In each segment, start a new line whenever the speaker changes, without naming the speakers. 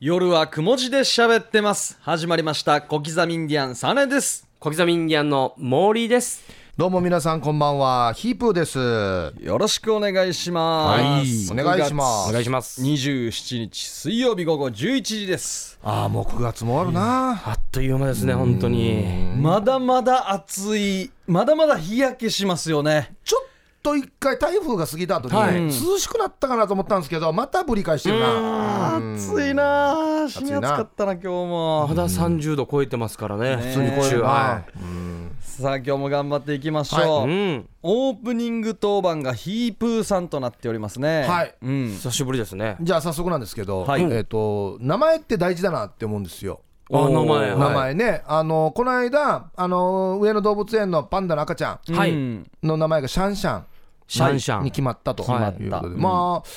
夜はくも字で喋ってます始まりました小刻みインディアンサネです
小刻みインディアンの森です。
どうも皆さんこんばんはヒープーですは
よろしくお願いします、
はいお願いしますお願
いします
27日水曜日午後11時です
ああもう9月もあるな
あっという間ですね、本当に。
まだまだ暑いまだまだ日焼けしますよね
ちょっと一回台風が過ぎた後に、
はい
涼しくなったかなと思ったんですけどまたぶり返してるなうん
暑いなあ
い
締
な
め暑かったな今日も
まだ三十度超えてますから
ね
ね。普
普通にこういうの
は。
はいいうん
さあ今日も頑張っていきましょう、
うん、
オープニング当番がヒープーさんとなっておりますね
はい
うん、
久しぶりですね。
じゃあ早速なんですけど、
はい
えっ、と名前って大事だなって思うんですよ
あ、名前、
名
は
前ねあのこの間あの上野動物園のパンダの赤ちゃ
い。は
う
い。
ん
んの名前がシャンシャン
シャンシャン
に。決まったと
はい
いうことで、
うん
まあ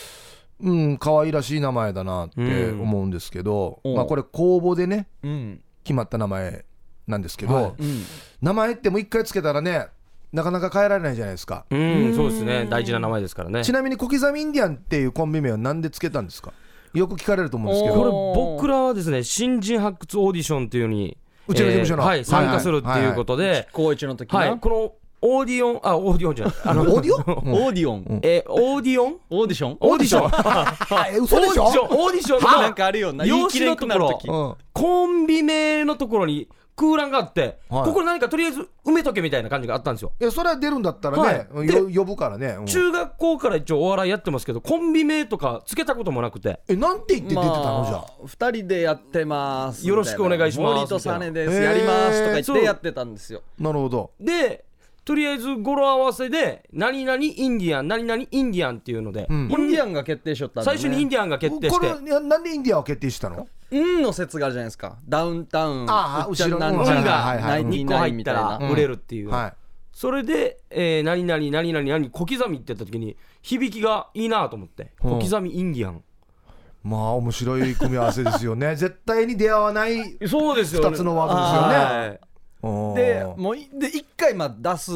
うん可愛らしい名前だなって思うんですけど、
うん
まあ、これ公募でね
うん
決まった名前なんですけど、
はい
うん
名前ってもう一回つけたらねなかなか変えられないじゃないですか、
うん、そうですね。大事な名前ですからね。
ちなみに小刻みインディアンっていうコンビ名は何でつけたんですかよく聞かれると思うんですけ
これ
ど
おー
僕らはですね、新人発掘オーディションっていうのに、
うちの事務所の
はい、参加するっていうことで、
高一の時な、
はい、このオーディオン、あ、オーディオンじゃない、あの、
オーディオン、
オーディオン、
え、オーディオン
オーディション
オーディションオーデ
あえ嘘でし
ィション
ょ、
オーディション
な
の
んかあるよな
容
き
姿のところ
うん、
コンビ名のところに空欄があって、
はい
ここに何かとりあえず埋めとけみたいな感じがあったんですよ。
いやそれは出るんだったらね、
はい
よ呼ぶからね、うん
中学校から一応お笑いやってますけど、コンビ名とかつけたこともなくて、
えなんて言って出てたのじゃ
ま
あ
あ、2人でやってます
よろしくお願いします
森とサネです
みた
や
いな
りますとか言
へー
ってやってたんですよ
なるほど
で、とりあえず語呂合わせで、何々インディアン、何々インディアンっていうので、
ん
インディアンが決定しよったんだ、
最
ね、
初にイン
デ
ディアンが決定し
こ
て、
れいやなんでインディアンを決定したの
ィンの説があるじゃないですかダウンタウン
あー
うっちゃん
後ろ
な
の
んちゃ
うんん
はいはいはい
ナインティ
2個
ナイン
入っ
み
た
たい
ら
な
売れるっていう。
はい
それで、えー、何々、何々、何々、小刻みってやった時に、響きがいいなと思って、
う
小
ん
刻みインディアン。
まあ面白い組み合わせですよね絶対に出会わない
そうですよね。
二つのワ
ー
ー
はい
ドです
で
よね
もういで1回まあ出す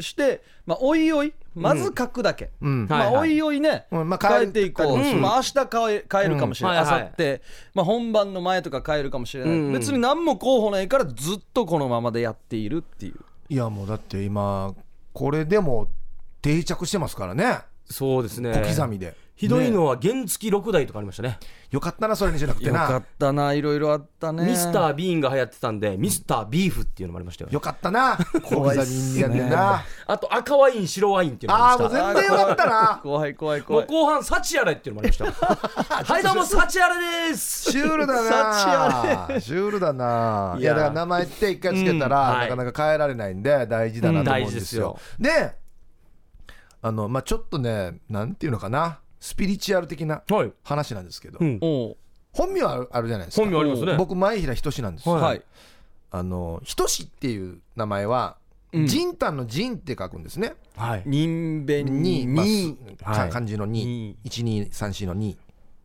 して、まあ、おいおいまず書くだけ、
うんうん
まあ、
はいは
お
い
いおいね、
うんまあ
変
変
え
え
ていこう、
たりも
する
まあ、明日変え変えるかもしれない、
うんはいはい
明後日、まあ、本番の前とか変えるかもしれない、
うん
別に何も候補ないからずっとこのままでやっているっていう
いやもうだって今これでも定着してますからね
そうですね。
小刻みで
ひどいのは原付6台とかありましたね
よかったなそれにじゃなくて
よかっ
な
たないろいろあったね
ミスター・ビーンが流行ってたんでミスター・ビーフっていうのもありましたよ
よかっ たな小刻み人間でな
あと赤ワイン白ワインっていうのもあ
ああ
り
も
ま
う
した
絶対よかったな
怖い怖い
も
怖
う
い
後半サチアレっていうのもありましたはいどうもサチアレです
シュールだなシュールだないい
や
やだから名前って一回つけた
うんは
ら
い
なかなか変えられないんで大事だなと思うんですよであのまあちょっとねなんていうのかなスピリチュアル的な
はい、
話なんですけど
うん、
おう
本名あるあるじゃないですか
本名ありますね
僕前平仁なんですよ
はい
あの「ひとし」っていう名前は「
うん
仁丹の仁」って書くんですね。
はい
人弁に
に、
み
まあす
はい
か漢字の
に
2、1234の2。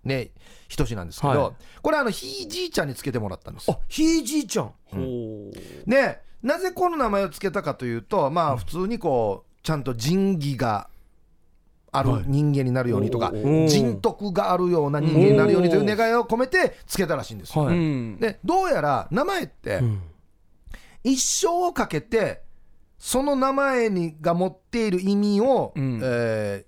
ね、ひとしなんですけ
はい
ど、これあのひいじいちゃんにつけてもらったんですよ。
あひいじいちゃん
ほう
で、なぜこの名前をつけたかというと、まあ普通にこうちゃんと仁義がある人間になるようにとか、
おお
人徳があるような人間になるようにという
お
願いを込めてつけたらしいんですよ。
は
う
い、
ん
で、どうやら名前って
う、ん
一生をかけてその名前にが持っている意味を、
うん
え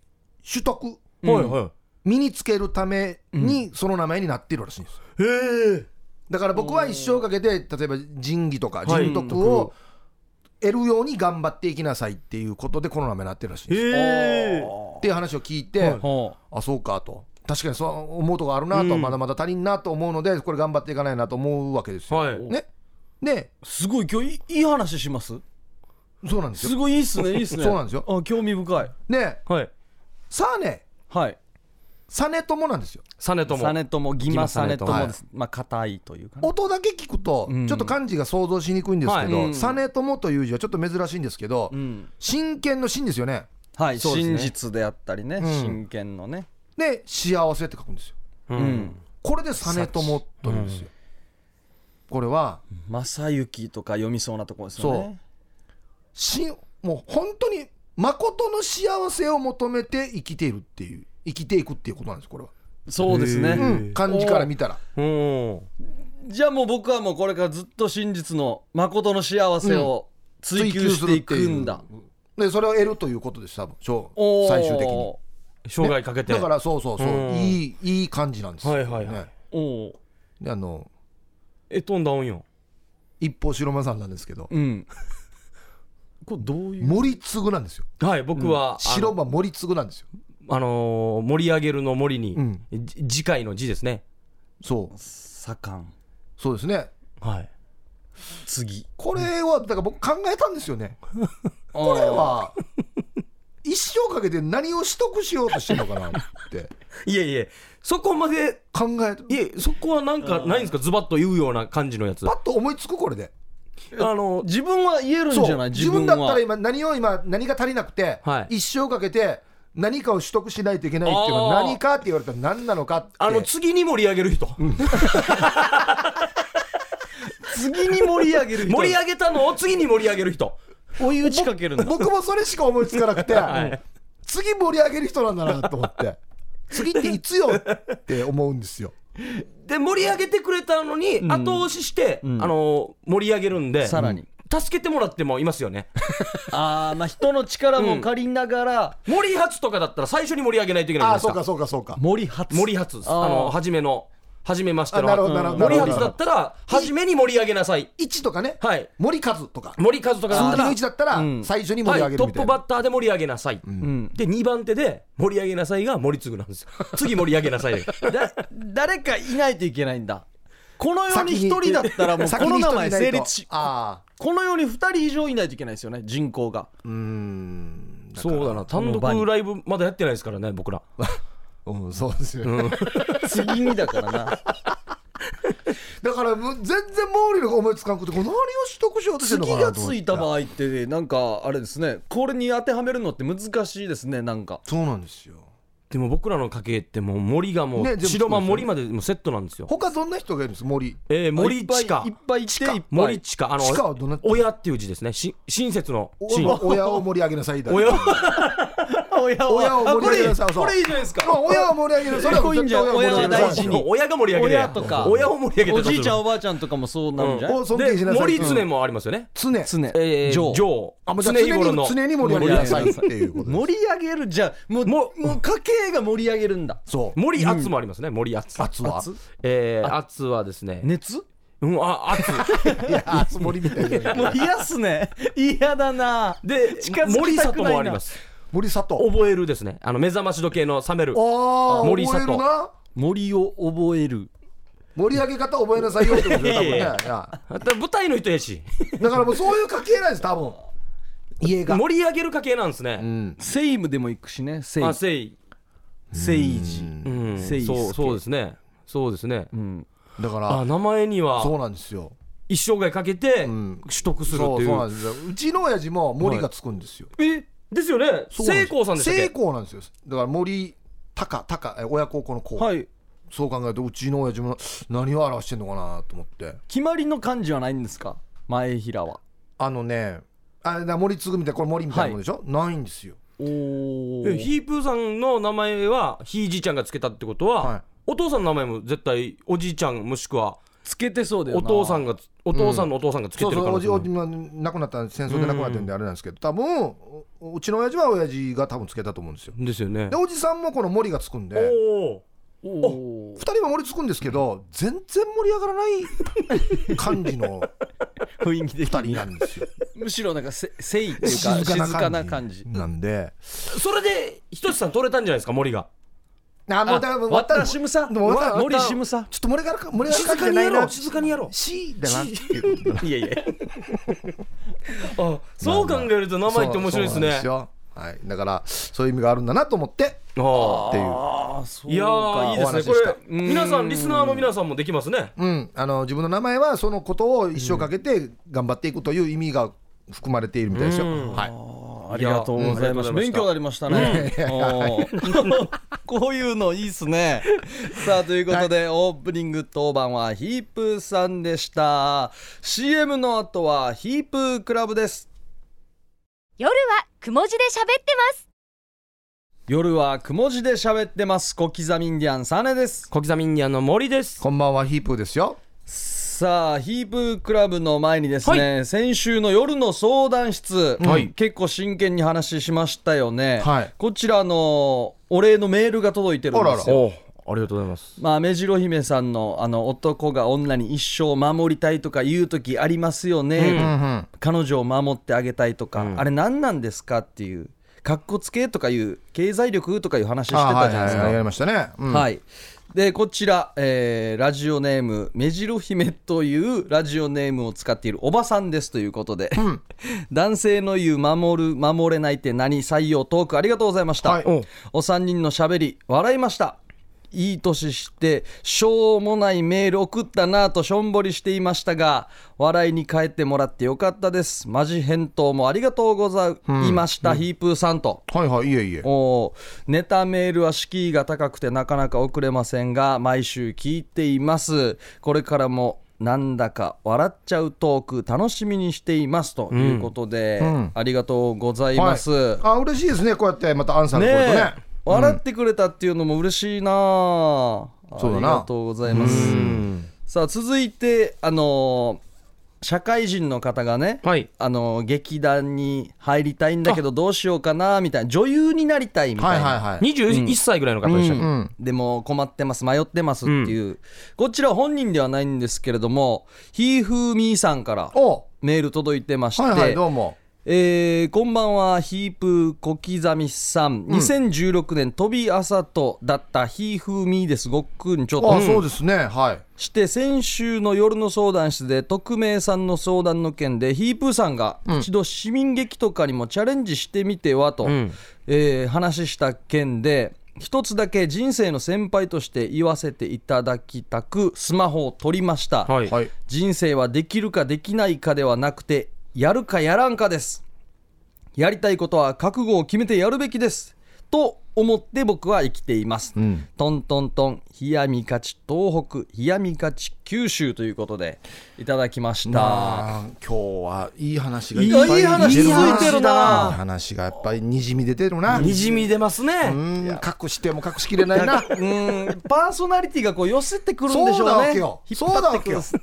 ー取得
うん
はいはい
身につけるためにその名前になっているらしいんです、
へえ
だから僕は一生かけて例えば仁義とか
はい
人徳を得るように頑張っていきなさいっていうことでこの名前になってるらしいんです
へえ
っていう話を聞いて、
はい
ほ
あそうかと確かにそう思うとこあるなと、
うん
まだまだ足りんなと思うのでこれ頑張っていかないなと思うわけですよ、
はい
ねで
うすごい今日いいいい話します
そうなんです
す
よ
ごいいいっす ねいいっすね
そうなんですよ
あ興味深い
で
はい
さあね
はい実朝義馬実朝
実朝義
実朝なんですよ馬実朝
ですまあ硬いというかね
音だけ聞くと
うん
ちょっと漢字が想像しにくいんですけ
は
ど
いうん
「実朝」という字はちょっと珍しいんですけど
うん
真剣の真ですよね
はい
そうです
真
ね
実であったりね
ん
真剣のね
で「幸せ」って書くんですよ
う
うんん
これで「実朝」というんですよこれは
正幸とか読みそうなところですよね
しもう本当に誠の幸せを求めて生きているっていう生きていくっていうことなんですこれは
そうですね、
へー
うん漢字から見たら
うん
じゃあもう僕はもうこれからずっと真実の誠の幸せを追求していくんだ、
でそれを得るということです多分そう
おー
最終的に
生涯かけて、
だからそうそうそう
うん
いいいい感じなんですよ
はいはいはい
ね
おお
であの
え飛んだんよ
一方白間さんなんですけど
うんこれどういう
森次なんですよ
はい僕は、あ
白
の
馬森次なんですよ
あのー盛り上げるの森に、
うん
じ次回の字ですね
そう
盛ん
そうですね
はい
次
これはだから僕考えたんですよね
こ
これは一生かけて何を取得しようとしてるのかなって
いえいえそこまで
考えて
いえそこはなんかないんですかズバッと言うような感じのやつ
パ
あ
ッと思いつくこれで
の
自分は言えるんじゃない
自
自
分
分
だ
は
ったら今何を今何が足りなくて、
はい
一生かけて何かを取得しないといけないっていうのは
あー
何かって言われたら何なのかって
あの次に盛り上げる人、
次に盛り上げる 人
盛り上げたのを次に盛り上げる人
追い打ちかけるんだ
僕もそれしか思いつか なくて、
い
次盛り上げる人なんだなと思って次っていつよって思うんですよ
で盛り上げてくれたのに後押しして、あの盛り上げるんで
さらに
助けてもらってもいますよね
ああまあ人の力も借りながら、
森初とかだったら最初に盛り上げないといけないじゃ
あ
ない
あ
です
そう
か
かそうかそうか
森初
森初です
あー
あの初めの初めまして
あなるほ
の
どなるほど
森
なる
初
ほ
だ
ど
ったら初めに盛り上げなさい
1とかね、
はい
森和とか
森和とかだ
数
った
字の
ら
1だったら
うん
最初に盛り上
は
げ
い、
る
ト
み
ッ
たい
プ
な、
バッターで盛り上げなさい、
ん
で2番手で盛り上げなさいが森次なんですよ次盛り上げなさいで
だ誰かいないといけないんだこの世
先
に
に
一人だったらもうこ
先に
の
一人
名前
いないと
成立し
ああ
この世に二人以上いないといけないですよね人口が
うーんだから
そうだな単
この場に
独ライブまだやってないですからね僕ら
うんそうですよね、
次にだからな
だからもう全然毛利の思いつかんくてこれ何を取得しようとしてるの
次
かな
が
と思
つ
って
いた場合ってなんかあれですねこれに当てはめるのって難しいですねなんか
そうなんですよ
でも僕らの家系ってもう森がも
ね
う
でも
白間森までもうセットなんですよ、
他どんな人がいるんです森
えー、森
いっぱ
近
いいっぱいいていっぱい
森近あの
地下はどんな
親っていう字ですねし親切の
お
親
お親を盛り上げなさいだ
親
親は
親を
あ
盛り上げなさい
これこれいいじゃないです
まあ
か
親を盛り上げるそれはもう絶対
親は大事に
親が盛り上げるや
親とか
親を盛り上げて
おじいちゃん
を
おばあちゃんとかもそうなるんじゃない
を尊敬しなさい
森常もありますよね、
常
常
えー、
ジョー
ジョ
あも
ー
う常
常
に
日頃の
常に盛り上げなさいっていうことです
盛り上げるじゃあもうも
も
う家計が盛り上げるんだ
そう
森圧もありますね森圧
圧は
熱
えー、圧はですね
熱
うん、あ圧
いや熱盛りみた いな
もう冷やす ね嫌だな
で
近づきたくないな
森里もあります
森里
覚えるですねあの目覚まし時計の覚める
ああ
森
覚える
里
な
森を覚える
盛り上げ方覚えなさいよってことですよ多分ねい
いや
や
あと舞台の人やし
だからもうそういう家系なんです多分家が
盛り上げる家系なんですね、
うん
セイムでも行くしねセイ
あせい、
セイジ
うん、
せいすけ
そうそうですねそうですね、
うん
だか
あ
ら
名前に
そ
は
うなんですよ
一生涯かけて
ん
取得する
そ
と
う
い
そう
う,、
なんですようちの親父も森がつくんですよ
えですよね成功さんでしたっ
成
け
功なんですよだから森高高え親孝行の子、
はい
そう考えるとうちの親父も何を表してんのかなと思って
決まりの漢字はないんですか前平は
あのねあだから森継ぐみたいなこれ森みたいなもんでしょ、ないんですよ
おお
えヒープーさんの名前はひいじいちゃんがつけたってことは、
はい
お父さんの名前も絶対おじいちゃんもしくは
つけてそうだよ
お
な
父さんがつお父さんのお父さんがつけ
そ
て
う
る
そ
から
うおじおじまあ亡くなった戦争で亡くなったんであれなんですけど多分おうちの親父は親父が多分つけたと思うんですよ
ですよね
でおじさんもこの森がつくん
お
で
お
お
2人は森つくんですけど全然盛り上がら ない感じの
雰囲気で
2人なんですよ
むしろなんかせセイっていうか
静かな
静かな
感
感
じ
じ
なんで
それでひとしさん取れたんじゃないですか森が
あもう多分
私もさ
もうわた
森しむさ
ちょっと盛り上がるか盛り上
静
がる感
か
じ
に
じゃな
や
い
ろ
な
う静かにやろ
C だなっていう
ういやいやあそう考えると名前って面白いですね
そうそうなんですよはいだからそういう意味があるんだなと思って
あ
っていう
ああそ
ーいやーいいで
お話
す
で
ね
した
これ皆さんリスナーの皆さんもできますね
うんあの自分の名前はそのことを一生かけて頑張っていくという意味が含まれているみたいですよ、はい
ありがとうございました。
いやうん
勉強になりましたね。おー こういうのいいっすね。さあ、ということで、オープニング当番はヒープーさんでした。CM の後はヒープークラブです。
夜はくも字で喋ってます
夜はくも字で喋ってます小刻みインディアンサネです
小刻みインディアンの森です
こんばんはヒープーですよ
さあヒープークラブの前にですね、先週の夜の相談室、
はい
結構真剣に話しましたよね、
はい
こちらあのお礼のメールが届いてるんですよ
あらら
おうありがとうございます
まあ、目白姫さんのあの男が女に一生守りたいとか言う時ありますよね、
うん
彼女を守ってあげたいとか、あれ何なんですかっていうかっこつけとかいう経済力とかいう話して
あーは
た
い
じゃないで
は
す
い
か。
は
はいい
やりましたねうん
でこちら、えーラジオネーム目白姫というラジオネームを使っているおばさんですということで、 男性の言う「守る守れないって何?」採用トークありがとうございました、
はい
おう
お三人のしゃべり笑いましたいい年してしょうもないメール送ったなぁとしょんぼりしていましたが笑いに変えてもらってよかったですマジ返答もありがとうございました、ヒープーさんと。
はいはいいえいえ
おーネタメールは敷居が高くてなかなか送れませんが毎週聞いていますこれからもなんだか笑っちゃうトーク楽しみにしていますということで、ありがとうございます、
はいあ嬉しいですねこうやってまたアンさんが来ると
ね
ね
え笑ってくれたっていうのも嬉しいなあ、
そうだな
ありがとうございますさあ続いてあのー社会人の方がね、
はい
あのー劇団に入りたいんだけどどうしようかなみたいな女優になりたいみたいな、
はいはいはい
21歳ぐらいの方でしたっけ、
うん
でも困ってます迷ってますっていう、こちら本人ではないんですけれどもひーふーみーさんから
お
メール届いてまして、
はいはいどうも
えーこんばんはヒープー小刻みさん、2016年飛びあさとだったヒーフーミーですごっくんちょっと、
あそうですねはい
して先週の夜の相談室で匿名さんの相談の件でヒープーさんが一度市民劇とかにもチャレンジしてみてはと、
ん
えー話した件で一つだけ人生の先輩として言わせていただきたくスマホを取りました、
はい、
は
はい
人生はできるかできないかではなくてやるかやらんかですやりたいことは覚悟を決めてやるべきですと思って僕は生きています、
ん
トントントン冷やみ勝ち東北冷やみ勝ち九州ということでいただきました
あー今日はいい話が
い
い
い
っぱい
話
出る
続
ない
てる
いい
な
話がやっぱりにじみ出てるな
にじみ出ますね、
うん隠しても隠しきれないな
うんパーソナリティがこう寄せてくるんでしょうね
そうなわけよ
引っ張ってくる
そ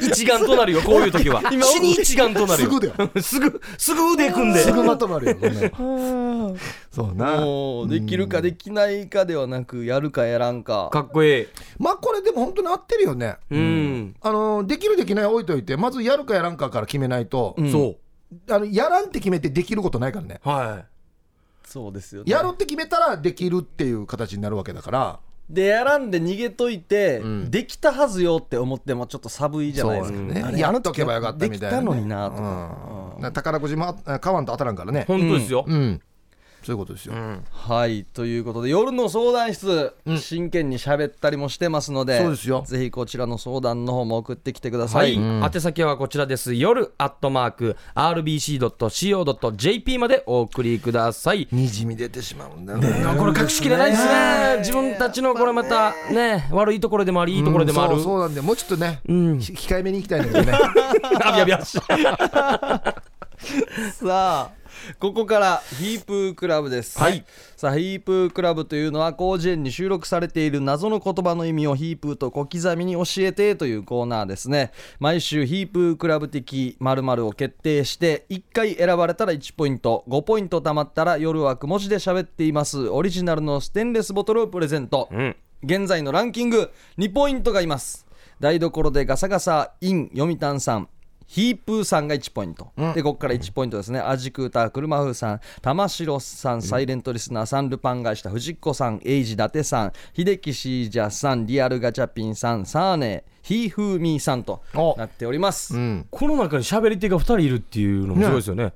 一丸となるよこういう時 は
今
死に一丸となるよ
すぐだよ
すぐすぐ腕組んです
ぐまとまるよこんなの そうな
もうできるかできないかではなくやるかやらんか
かっこいい
まあこれでも本当に合ってるよね
うん、
あのできるできない置いといてまずやるかやらんかから決めないと、
そ
あのやらんって決めてできることないからね
うは
そうですよね
やるって決めたらできるっていう形になるわけだから
でやらんで逃げといて、
ん
できたはずよって思ってもちょっと寒いじゃないですか、
そうね
あれ
やっとけばよかったみたいなね
できたのになと
うん
か、
だから宝くじもあ買わんと当たらんからね
い本当ですよ、
うんそういうことですよ、
はいということで夜の相談室、真剣に喋ったりもしてますので
そうですよ
ぜひこちらの相談の方も送ってきてくださ
はい、
い、
宛先はこちらです夜アットマーク RBC.CO.JP までお送りください
にじみ出てしまうんだよね
いやこれ隠しきれないですね自分たちのこれまたね悪いところでもありいいところでもある、
そうそうなんでもうちょっとね、ひ控えめに行きたいんだけどね
あやべやし
さあここからヒープークラブです、
はい
さあヒープークラブというのは広辞苑に収録されている謎の言葉の意味をヒープーと小刻みに教えてというコーナーですね毎週ヒープークラブ的〇〇を決定して1回選ばれたら1ポイント5ポイント貯まったら夜はく文字で喋っていますオリジナルのステンレスボトルをプレゼント、
ん
現在のランキング2ポイントがいます台所でガサガサイン読谷さんヒープーさんが1ポイント、でここから1ポイントですねアジクーター車風さん玉城さんサイレントリスナーさんルパン返した藤子さんエイジ伊達さん秀樹シージャさんリアルガチャピンさんサーネヒーフーミーさんと
お
なっております、
うん
この中に喋り手が2人いるっていうのもすごいですよね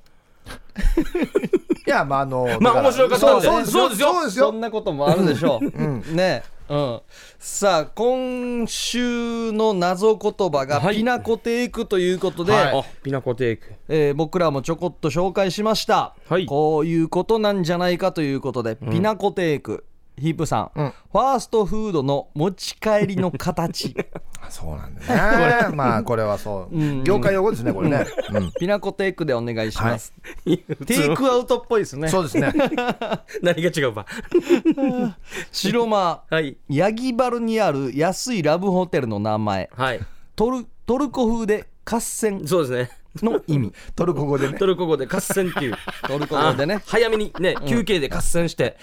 いやまああの
まあ
だら
面白かったんで
そうそうですよ
そ
そうです
そ
よ
んなこともあるでし ょう、ねうん、さあ今週の謎言葉が
はい
ピナコテイクということで、
はい
あピナコテイク
えー僕らもちょこっと紹介しました、
はい
こういうことなんじゃないかということで、ピナコテイクヒープさん、ファーストフードの持ち帰りの形
あそうなんだねまあこれはそう、
うん
業界用語ですねこれね、うん
ピナコテイクでお願いします、テ
テ
イ
イク
クアウトっぽいですね
そうですね
何が違うば
白間
はい
ヤギバルにある安いラブホテルの名前
はい
トルトルコ風で合戦
そうですね
の意味
トルコ語でね
トルコ語で合戦って いう
トルコ語で
あ
ね
早めにね休憩で合戦して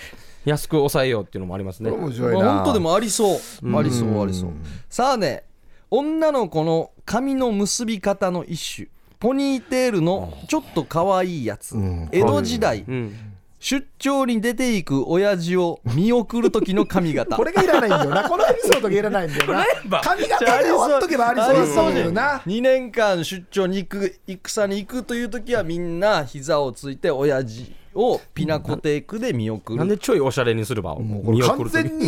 安く抑えようっていうのもありますね
面白いな
本当でもありそうありそうありそうさあね女の子の髪の結び方の一種ポニーテールのちょっと可愛いやつ
ん
江戸時代
うん
出張に出ていく親父を見送る時の髪型
これがいらないんだよなこのエピソードがいらないんだよな髪型で終わっとけばありそうそうだよな
2年間出張に行く戦に行くという時はみんな膝をついて親父をピナコテイクで見送
なん
る
でちょいおしゃれにすればもう見送
完
ると
全に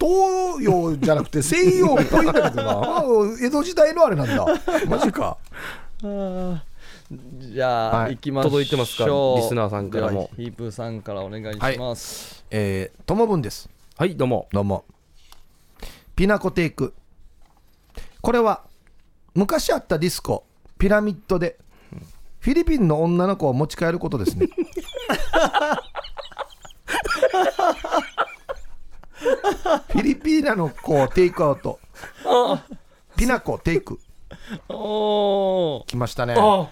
東洋じゃなくて西洋っぽいんだけどなあ江戸時代のあれなんだマジか
じゃあ、
はい
行きましょう
届いてますかリスナーさんからも
ではヒープーさんからお願いします、
えーともぶんです
はいどうも
どうもピナコテイクこれは昔あったディスコピラミッドでフィリピンの女の子を持ち帰ることですね フィリピーナの子をテイクアウトピナコテイク
おー
来ましたね
あ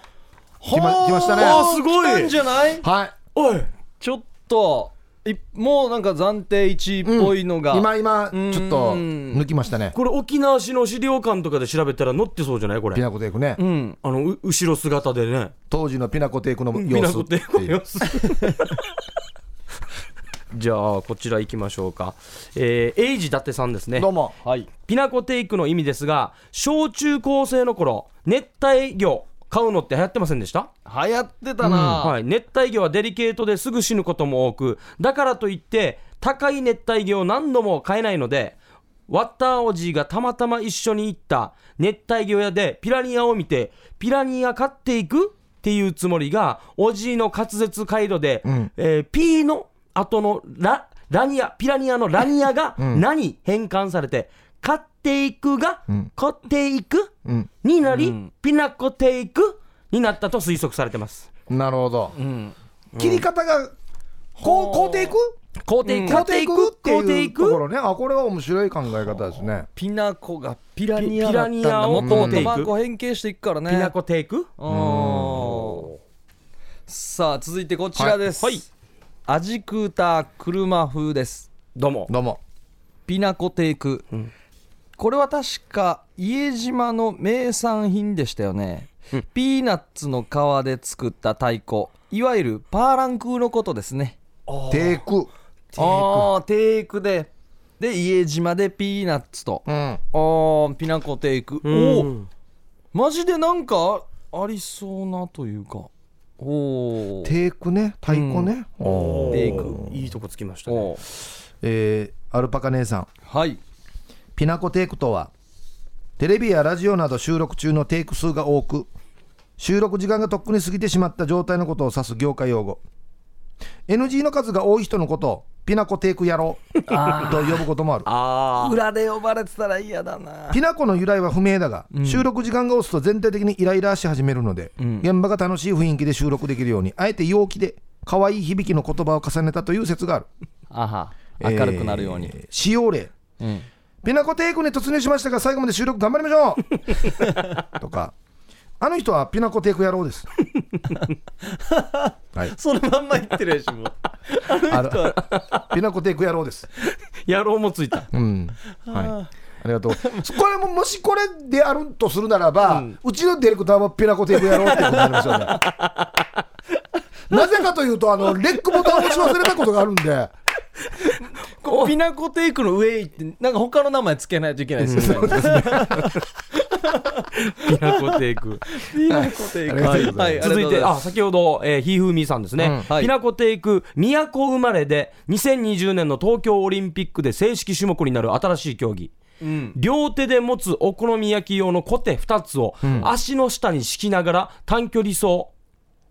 来ま来ましたね
あ
ーすごい
来たんじゃない
はい
おい
ちょっといもうなんか暫定1位っぽいのが、
今今
ーん
ちょっと抜きましたね
これ沖縄市の資料館とかで調べたら載ってそうじゃないこ
ピ
れ
ナコテイクね、
うん
あのう後ろ姿でね
当時のピナコテイクの
ピ
様
ナ
子
コ
っ
テ
て
イクの
いう
様子 じゃあこちら行きましょうかえー、エイジ伊達さんですね
どうも
はい
ピナコテイクの意味ですが小中高生の頃熱帯魚飼うのって流行ってませんでした
流行ってたな、
はい、熱帯魚はデリケートですぐ死ぬことも多くだからといって高い熱帯魚を何度も飼えないのでワッターおじいがたまたま一緒に行った熱帯魚屋でピラニアを見てピラニア飼っていくっていうつもりがおじいの滑舌回路で、えーピーの後のララニアピラニアのラニアが「何に変換されて「飼っていく」が「飼っていく」になり、ピナコテイクになったと推測されてます。
なるほど、切り方がこうこうていく
肯定
こうていくって
肯定
い
いう
とこ
く
ろねあこれは面白い考え方ですね
ピナコがピラニアだったん
ピラニ
だ
ア
も
を
とも
持って
と
いく
マークを変形していくからね
ピナコテイク
うんさあ続いてこちらです、
はいはい
アジクーター車風です
どうも
どうも
ピナコテイク、これは確か家島の名産品でしたよね、ピーナッツの皮で作った太鼓いわゆるパーランクーのことですね
テイク
ああテイクでで家島でピーナッツと、
う
あ
ん
ーピナコテイクおおマジでなんかありそうなというかおお
テイクね太鼓ね、おー
テイク
おいいとこつきましたね
おー
えーアルパカ姉さん
はい
ピナコテイクとはテレビやラジオなど収録中のテイク数が多く収録時間がとっくに過ぎてしまった状態のことを指す業界用語 NG の数が多い人のことをピナコテイク野郎と呼ぶこともある
ああ
裏で呼ばれてたら嫌だな
ピナコの由来は不明だが、収録時間が押すと全体的にイライラし始めるので、現場が楽しい雰囲気で収録できるようにあえて陽気で可愛い響きの言葉を重ねたという説がある
あは明るくなるように、
えー使用例、
ん
ピナコテイクに突入しましたが最後まで収録頑張りましょ うとかあの人はピナコテイク野郎ですはい
そのまんま言ってるやしもう
あのピナコテイク野郎です
野郎もついた
うんはいありがとうこれももしこれであるとするならば、うちのディレクターもピナコテープやろうってことになります よねなぜかというとあのレックボタンを押し忘れたことがあるんで
こうピナコテイクの上行ってなんか他の名前つけないといけないですよね、
ピナコテイ ク
ピナコテイク
はいありがとうございます
はい、
続いてあ先ほど、えー、ひふみさんですね、
うんはい
ピナコテイク都生まれで2020年の東京オリンピックで正式種目になる新しい競技
うん
両手で持つお好み焼き用のコテ2つを足の下に敷きながら短距離走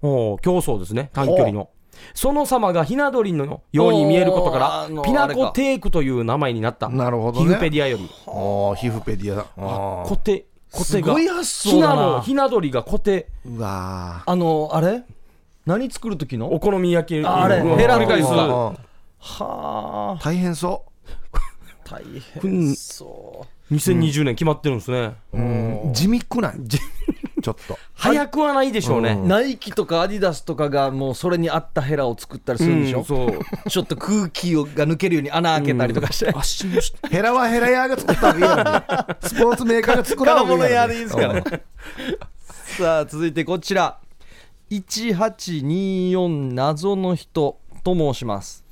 おー競争ですね短距離のその様がひな鳥のように見えること
お
か
ーあ
ら
の
ピナ
あれ
コ
か
テークという名前になった
なるほど
ヒ
ね
フペディアより
おーヒフペディアだあ
コテコテ
す
が
ごい発
ひ
想だ
な
な
のひな鳥がコテ
ーうわ
あのあれ何作る時の
お好み焼き
あれ
うん
ヘラ
繰り返す
うの
ー
はあ
大変そ
大
うん
変そう
2020年決まってるんですね
ううん地味くないちょっと
早くはないでしょうね
ナイキとかアディダスとかがもうそれに合ったヘラを作ったりするんでしょ、
うんそう
ちょっと空気をが抜けるように穴開けたりとかして、
足の下
ヘラはヘラ屋が作った方がいいやろねスポーツメーカーが作ら
宝
ん方
物
がいい
屋
や
でい
ろね
いですからね さあ続いてこちら1824謎の人と申します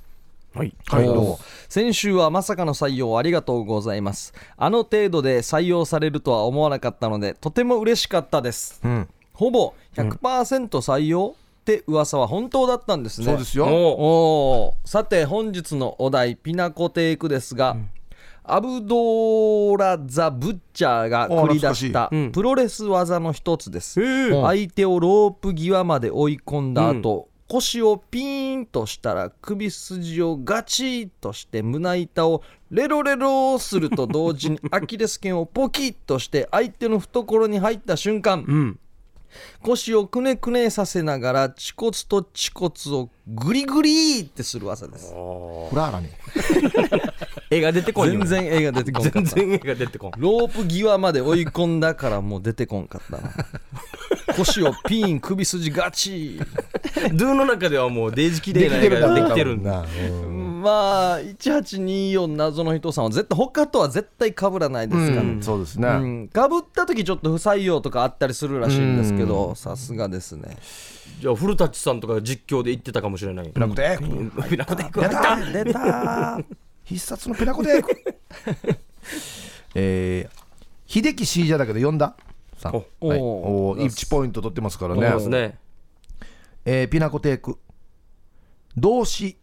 はい
はいどうも
先週はまさかの採用ありがとうございますあの程度で採用されるとは思わなかったのでとても嬉しかったです
うん
ほぼ100%採用って噂は本当だったんですね
そうですよ
お
おーさて本日のお題ピナコテイクですが、アブドーラ・ザ・ブッチャーが繰り出した
かしいうん
プロレス技の一つです、
へー
相手をロープ際まで追い込んだ後、腰をピーンとしたら首筋をガチッとして胸板をレロレロすると同時にアキレス腱をポキッとして相手の懐に入った瞬間、
うん
腰をくねくねさせながら恥骨と恥骨をグリグリーってする技です
フラーラに
絵が出てこんよ
全然映画出てこんかった
全然絵が出てこん
ロープ際まで追い込んだからもう出てこんかったな腰をピン首筋ガチ
ドゥの中ではもうデージ綺麗な絵ができてるんだ
なうん
まあ1824謎の人さんは絶対他とは絶対被らないですから、
うんそうですね
うんかぶった時ちょっと不採用とかあったりするらしいんですけどさすがですね
じゃあ古舘さんとか実況で言ってたかもしれない
ペナコテーク
ピナコテイク
出た出た必殺のペナコ テークえー秀樹シージャーだけど呼んださんはい
お
おー1ポイント取ってますから
思います
ね
ね
えーピナコテーク動詞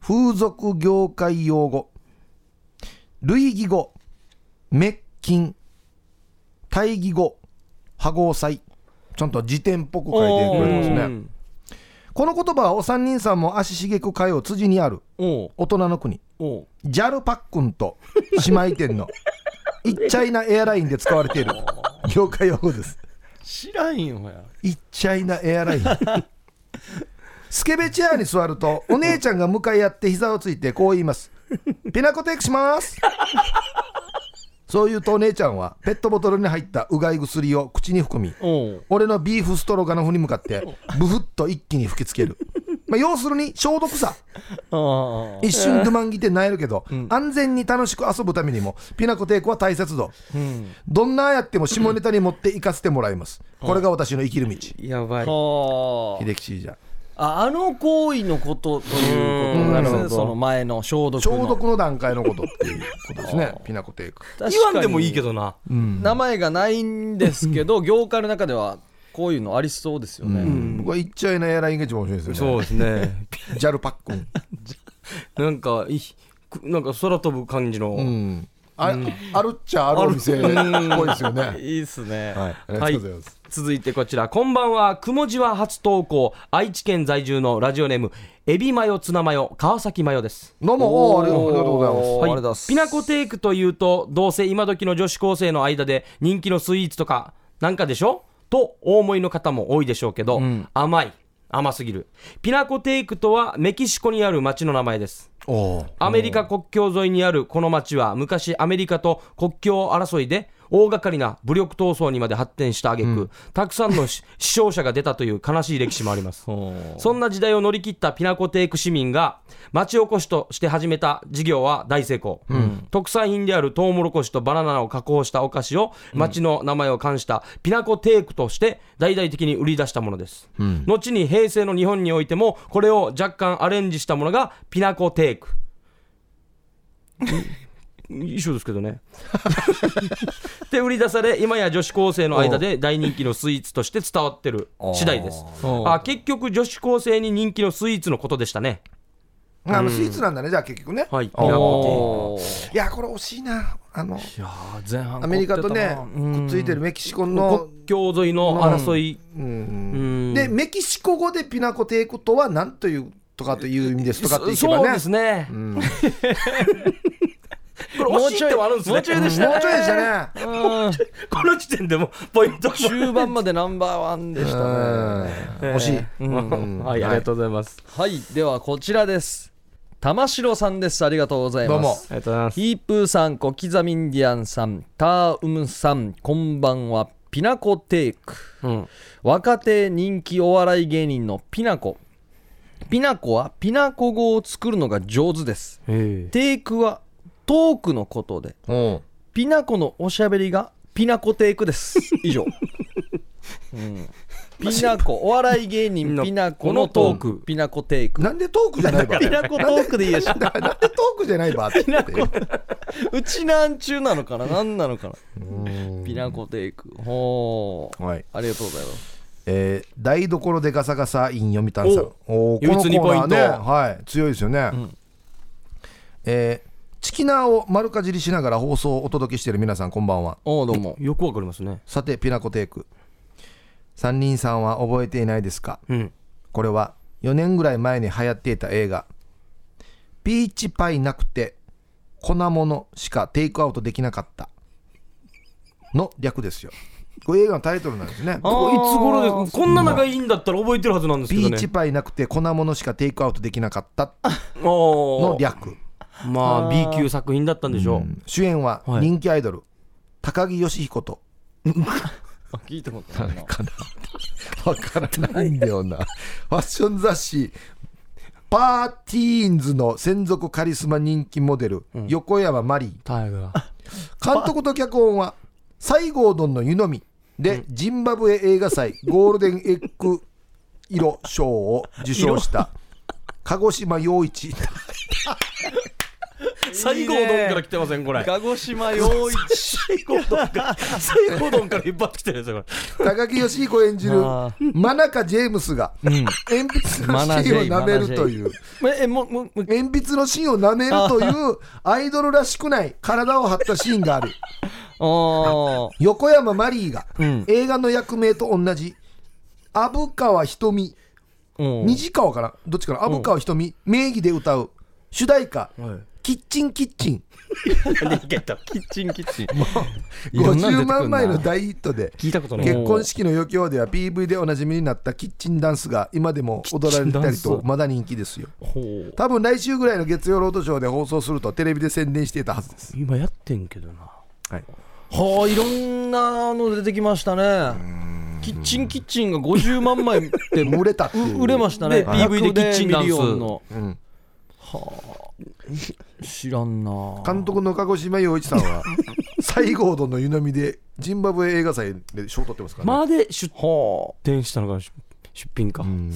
風俗業界用語類義語滅菌対義語破合祭ちゃんと辞典っぽく書いてくれます
う
ね
ん
この言葉はお三人さんも足しげく通う辻にある
おう
大人の国
おう
ジャルパックンと姉妹 店のいっちゃいなエアラインで使われている業界用語です
知らんよお前
いっちゃいなエアラインスケベチェアに座るとお姉ちゃんが向かい合って膝をついてこう言います「ピナコテイクします」そう言うとお姉ちゃんはペットボトルに入ったうがい薬を口に含み
おう
俺のビーフストロガノフに向かってブフッと一気に吹きつける、まあ、要するに消毒さ
あ
一瞬ドゥマンギて萎えるけど、安全に楽しく遊ぶためにもピナコテイクは大切ぞ、どんなやっても下ネタに持って行かせてもらいます、これが私の生きる道秀
やばい
あはあ
樹シージャー
ああの行為のことという
う
こ
ん
とで
なる
す
ほ
ね
ど
その前の消毒の
消毒の段階のことっていうことですねピナコテイク
確かに
言わんでもいいけどな
名前がないんですけ ど業界の中ではこういうのありそうですよね、
僕は言っちゃいなエアラインが一番面白いです
そ
よ
う
ね
ですね
ジャルパックン
なんかいくなんか空飛ぶ感じの
うんああるっちゃあるお店っぽいですよねはい
いいっすね、
ありがとうございます
続いてこちらこんばんはくもじは初投稿愛知県在住のラジオネームエビマヨツナマヨ川崎マヨです
どうもおーありがとうございま
おーあ
す
りがとうございま
は
す
ピナコテイクというとどうせ今時の女子高生の間で人気のスイーツとかなんかでしょとお思いの方も多いでしょうけど、甘い甘すぎるピナコテイクとはメキシコにある町の名前です
おー
アメリカ国境沿いにあるこの町は昔アメリカと国境を争いで大掛かりな武力闘争にまで発展した挙句、たくさんのし死傷者が出たという悲しい歴史もありますそんな時代を乗り切ったピナコテイク市民が町おこしとして始めた事業は大成功、特産品であるトウモロコシとバナナを加工したお菓子を町の名前を冠したピナコテイクとして大々的に売り出したものです、後に平成の日本においてもこれを若干アレンジしたものがピナコテイク 一緒ですけどね。で売り出され今や女子高生の間で大人気のスイーツとして伝わってる次第です
おう
あ結局女子高生に人気のスイーツのことでしたね
あのスイーツなんだねじゃあ結局ね
はい
おー
おー
いやこれ惜しいなあの
いやー前半
アメリカとね
凝ってたな
くっついてるメキシコの
国、境沿いの争い、
うん
うん
でメキシコ語でピナコテイクとは何というとかという意味ですとかっていけば
そう
ね
ですね、
うん
これ惜しいってはあるんですね
もうちょいでした
もうちょいでしたね。
うん
この時点でもポイントも
中盤までナンバーワンでしたね
うん惜しい。
うんはい、ありがとうございます、
はいではこちらです玉城さんですありがとうございます
あ
どうも
りがとうございます
ヒープーさん、小刻みインディアンさん、ターウムさん、こんばんは。ピナコテイク。
うん
若手人気お笑い芸人のピナコ。ピナコはピナコ語を作るのが上手です。
え
テイクはトークのことで、
うん
ピナコのおしゃべりがピナコテイクです。以 上。うんピナコ、お笑い芸人ピナコのトー
このトー
ク
ク、
ピナコテイク。
なんでトークじゃないば。
ピナコトークでいいやし。
だからなんでトークじゃないばって。
うちなんちゅうなのかな何なのかなピナコテイク。ほう。
はい。
ありがとうございます。
えー台所でガサガサイン読谷さん。おおー
唯一
このコーナーね。
二ポイント
はい。強いですよね。えーチキナーを丸かじりしながら放送をお届けしている皆さんこんばんは。
おう、どうも。
よくわかりますね
さてピナコテイク。三人さんは覚えていないですか。
うん
これは4年ぐらい前に流行っていた映画「ピーチパイなくて粉物しかテイクアウトできなかった」の略ですよこれ映画のタイトルなんですね
あ
こ
ー
れいつ頃ですこんな仲いいんだったら覚えてるはずなんですけ
ピ
ど
ー
ね
チパイなくて粉物しかテイクアウトできなかったの
の
略
まあ B 級作品だったんでしょう、
主演は
はい
人気アイドル、高木義彦と
あ聞いたことないな。
わからないんだよな。 ファッション雑誌、パーティーンズの専属カリスマ人気モデル、横山マリー。
タイガー
監督と脚本は、西郷どんの湯飲みで、ジンバブエ映画 祭ゴールデンエッグ色賞を受賞した、鹿児島陽一。
西郷どんから来てませんこれ
鹿児島陽一。
西郷どんから西郷どんから引っ張ってきてるんですよこ
高木義彦演じる
あ
真中ジェームスが鉛筆の芯を舐めるという。
え、え、もう、もう、もう
鉛筆の芯を舐めるというアイドルらしくない体を張ったシーンがあ る
あ
横山マリーが
ん
映画の役名と同じ虻川ひとみ
ー。うん
虹川かなどっちかな虻川ひとみ名義で歌う主題歌「キッチンキッチン
れ逃げた
キッチンキッチン。」いろんなの出てく
50
んな
万枚の大ヒットで
聞いたことない
結婚式の余興では PV でおなじみになったキッチンダンスが今でも踊られたりとまだ人気ですよ
ほう
多分来週ぐらいの月曜ロードショーで放送するとテレビで宣伝していたはずです、
今やってんけどな
はい、
はあ、いろんなの出てきましたね。キッチンキッチンが50万枚って
売れたっていう
売れましたね。
で PV でキッチンダンス
ミリオの
うん
知らんな。
監督の鹿児島陽一さん は西郷どんの湯飲みでジンバブエ映画祭で賞を取ってますからね、
まで出店したのが出出品か、
あの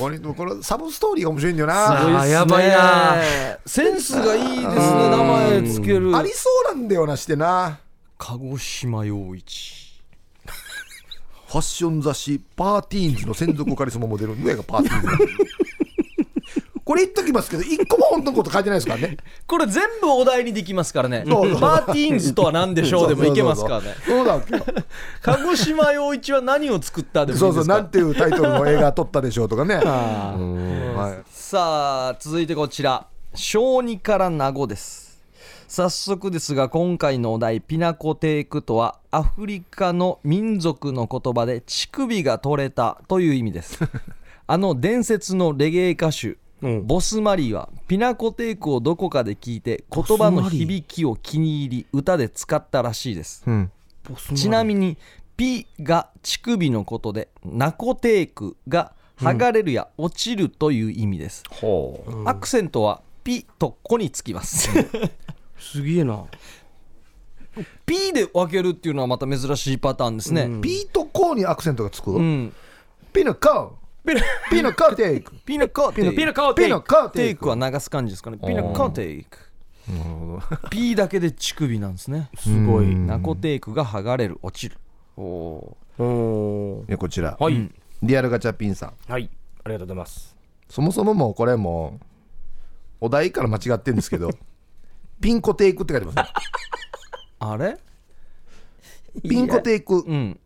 これこれサブストーリーが面白いんだよ
すごいっ
な
すね
やばいな。
センスがいいですね、名前つける
あ。りそうなんだよなしてな
鹿児島陽一。
ファッション雑誌パーティーンズの専属カリスマモデル上がパーティーンズこれ言っときますけど一個も本当のこと書いてないですからね
これ全部お題にできますからね。
そうそう
バーティーンズとは何でしょうでもいけますからね。
そうだっけ
鹿児島陽一は何を作ったでもい
そ
いうで
そう
す
な
か
んていうタイトルの映画撮ったでしょうとかね、
あー
うんはい、
さあ、続いてこちら。小児から名護です。早速ですが今回のお題「ピナコテイク」とはアフリカの民族の言葉で乳首が取れたという意味です あの伝説のレゲエ歌手
うん
ボスマリーはピナコテイクをどこかで聞いて言葉の響きを気に入り歌で使ったらしいです
うん、
ちなみに「ピ」が乳首のことで「ナコテイク」が剥がれるや落ちるという意味です、
ほう
アクセントは「ピ」と「コ」につき ます
すげえな
「ピ」で分けるっていうのはまた珍しいパターンですね、
うん
ピーとコーにアクセントがつく、
うん
ピノコ
ピノ
ピノコテイク
ピナコテイク
ピナコ
ピノコ
テ
テ
イ
イ
ク
ク
は流す感じですかねピナコテイク
なるほど
ピだけで乳首なんですね
すごい
ナコテイクが剥がれる落ちるお
おー
ねこちら、
はい、
リアルガチャピンさん
はいありがとうございます
そもそももうこ れもうお題から間違ってるんですけどピンコテイクって書いてますね
あれ
ピンコテイク
うん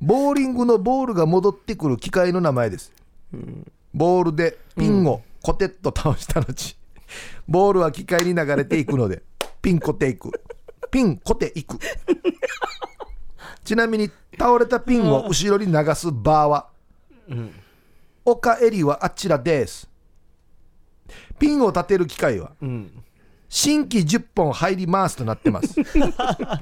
ボーリングのボールが戻ってくる機械の名前です、ボールでピンをコテッと倒した後、ボールは機械に流れていくのでピンコテイクピンコテイクちなみに倒れたピンを後ろに流すバーは、おかえりはあちらですピンを立てる機械は、
ん
新規10本入りますとなってます
い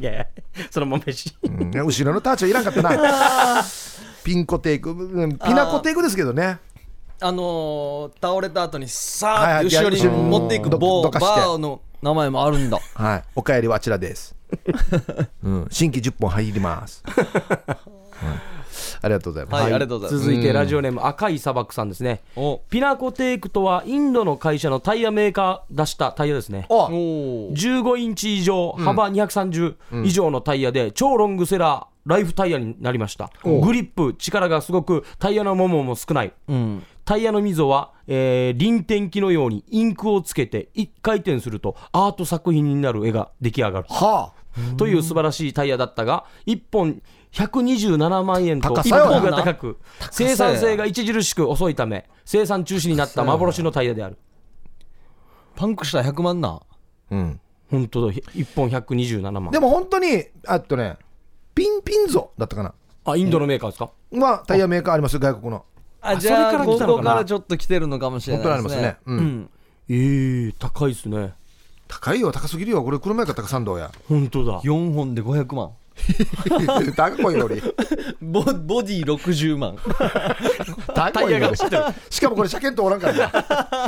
やいやそのままし
うん後ろのタッチはいらんかったな ピンコテイクうんピナコテイクですけどね
あのー、倒れた後にさ
は
ーっ
い
て
はい
後ろに
後ろに
持っていく棒
どど
バ
かして
ーの名前もあるんだ
はいお帰りはあちらです、うん、新規10本入ります、はいありがとうございます、
はいありがとうございます
続いてラジオネーム赤い砂漠さんですね
お
ピナコテイクとはインドの会社のタイヤメーカー出したタイヤですね
お
おー
15インチ以上幅230以上のタイヤで超ロングセラーライフタイヤになりましたグリップ力がすごくタイヤのももも少ない
うん
タイヤの溝は、えー臨転機のようにインクをつけて1回転するとアート作品になる絵が出来上がる
は
という素晴らしいタイヤだったが1本127万円と
高
一
さよ
本が高く
さよ
生産性が著しく遅いため生産中止になった幻のタイヤである
パンクしたら100万な
あ、うん、
本当だ1本127万
でも本当にあとねピンピンゾだったかな
あインドのメーカーですか、
まあタイヤメーカーありますよ外国の
あ
あ
じゃ
それか
あ
ら来
こ
たの
こ
かな
からちょっと来てるのかもしれ
本当
な
に
い
あり
で
ますす
ね
ね、うん
うん
ええ高いですね
高いよ高すぎるよこれ車やから高三 道や
本当だ
4本で500万
高いより
ボボディ60万
高いよりしかもこれ車検とおらんからね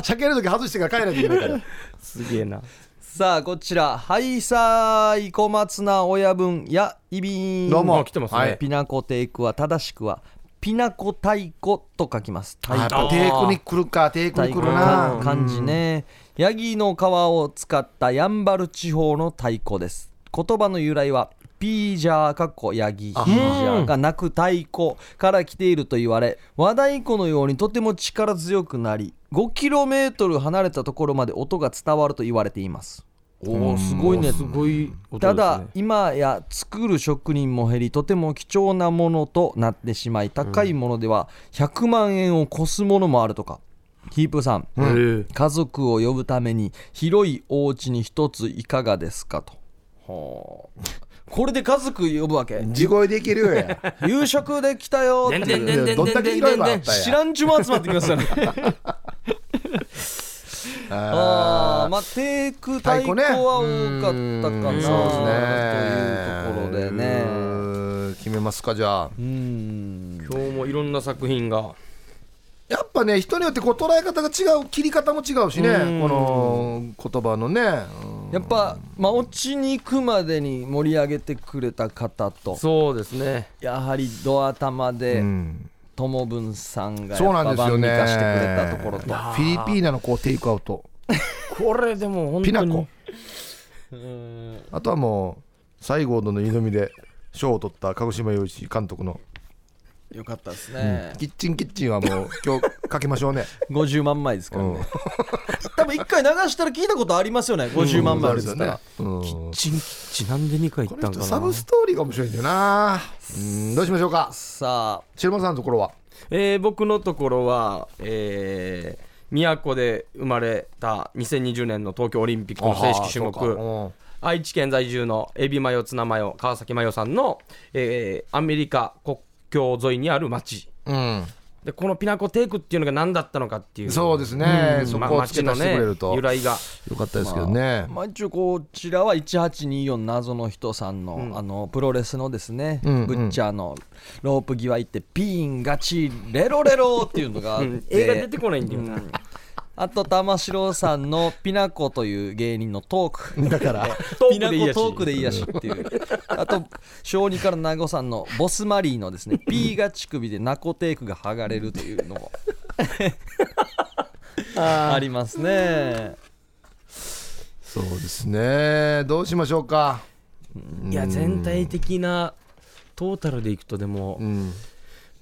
車検の時外してから帰らないといけないから
すげえな
さあこちら「はいさーい小松菜親分やいびん」
どうも
あ来てますね
はい
ピナコテイクは正しくはピナコ太鼓と書きます太
あやっ
鼓
ぱテイクに来るかテイク
太
に来
鼓
る
の
な
感じねヤギの皮を使ったやんばる地方の太鼓です言葉の由来はピージャーかっこヤギヒージャーが鳴く太鼓から来ていると言われ和太鼓のようにとても力強くなり 5km 離れたところまで音が伝わると言われていますおおすごいね
すごい音ですね
ただ今や作る職人も減りとても貴重なものとなってしまい高いものでは100万円を超すものもあるとかヒープーさん、
ええ
家族を呼ぶために広いお家に一ついかがですかとはあこれで家族呼ぶわけ
地声でいけるよや
夕食できたよって
でんでんでんでんでんでん
どんだけ広いのあった
知
や
らんちゅも集まってきますよねああまあテイク太鼓は多かったかな、
うんそう
とい
ですね
うところでね
うーん決めますかじゃあ
うん
今日もいろんな作品が
やっぱね人によってこう捉え方が違う切り方も違うしねこの言葉のねうん
やっぱ、まあ、落ちに行くまでに盛り上げてくれた方と
そうですね
やはりドア玉
う
で
ん
友分さんがや
そう
っ
な
ぱ
んですよ
万
ね
に化してくれたところ
フ
と
ィリピーナのこうテイクアウト
これでも本当に
ピナコあとはもう西郷殿の湯飲みで賞を取った鹿児島陽一監督の
よかったですね、
キッチンキッチン はもう今日かけましょうね
50万枚ですからね、
うん
多分一回流したら聞いたことありますよね50万枚ですから、
うん
チンキッチンなんで2回行
こ
った
の
んか
人
な
サブストーリーが面白いんだよなうんどうしましょうか
さあ
白間さんのところは
えー僕のところは、えー宮古で生まれた2020年の東京オリンピックの正式種
あーそうか
目
うん
愛知県在住のエビマヨツナマヨ川崎マヨさんの、えーアメリカ国境沿いにある町
う、
でこのピナコテイクっていうのが何だったのかっていうん
そうですね、そ
ま
こを突
町
き出
の
して
ね
くれると、
由来が
よかったですけどね、
まあ、一応こちらは1824謎の人さんの,、あのプロレスのですね、
んうん
ブッチャーのロープ際行ってピーンガチレロレロっていうのがあっ
う
て、
ん 映画出てこないんだよな
あと玉城さんのピナコという芸人のトークだから
ト
ピ
ー
ナ
クでいい
コ
やし
トークでいいやしっていうあと小児から名護さんのボスマリーのです ね P が乳首でナコテイクが剥がれるというのも ありますね
そうですね、どうしましょうか、
いや全体的なトータルでいくとでも、
うん、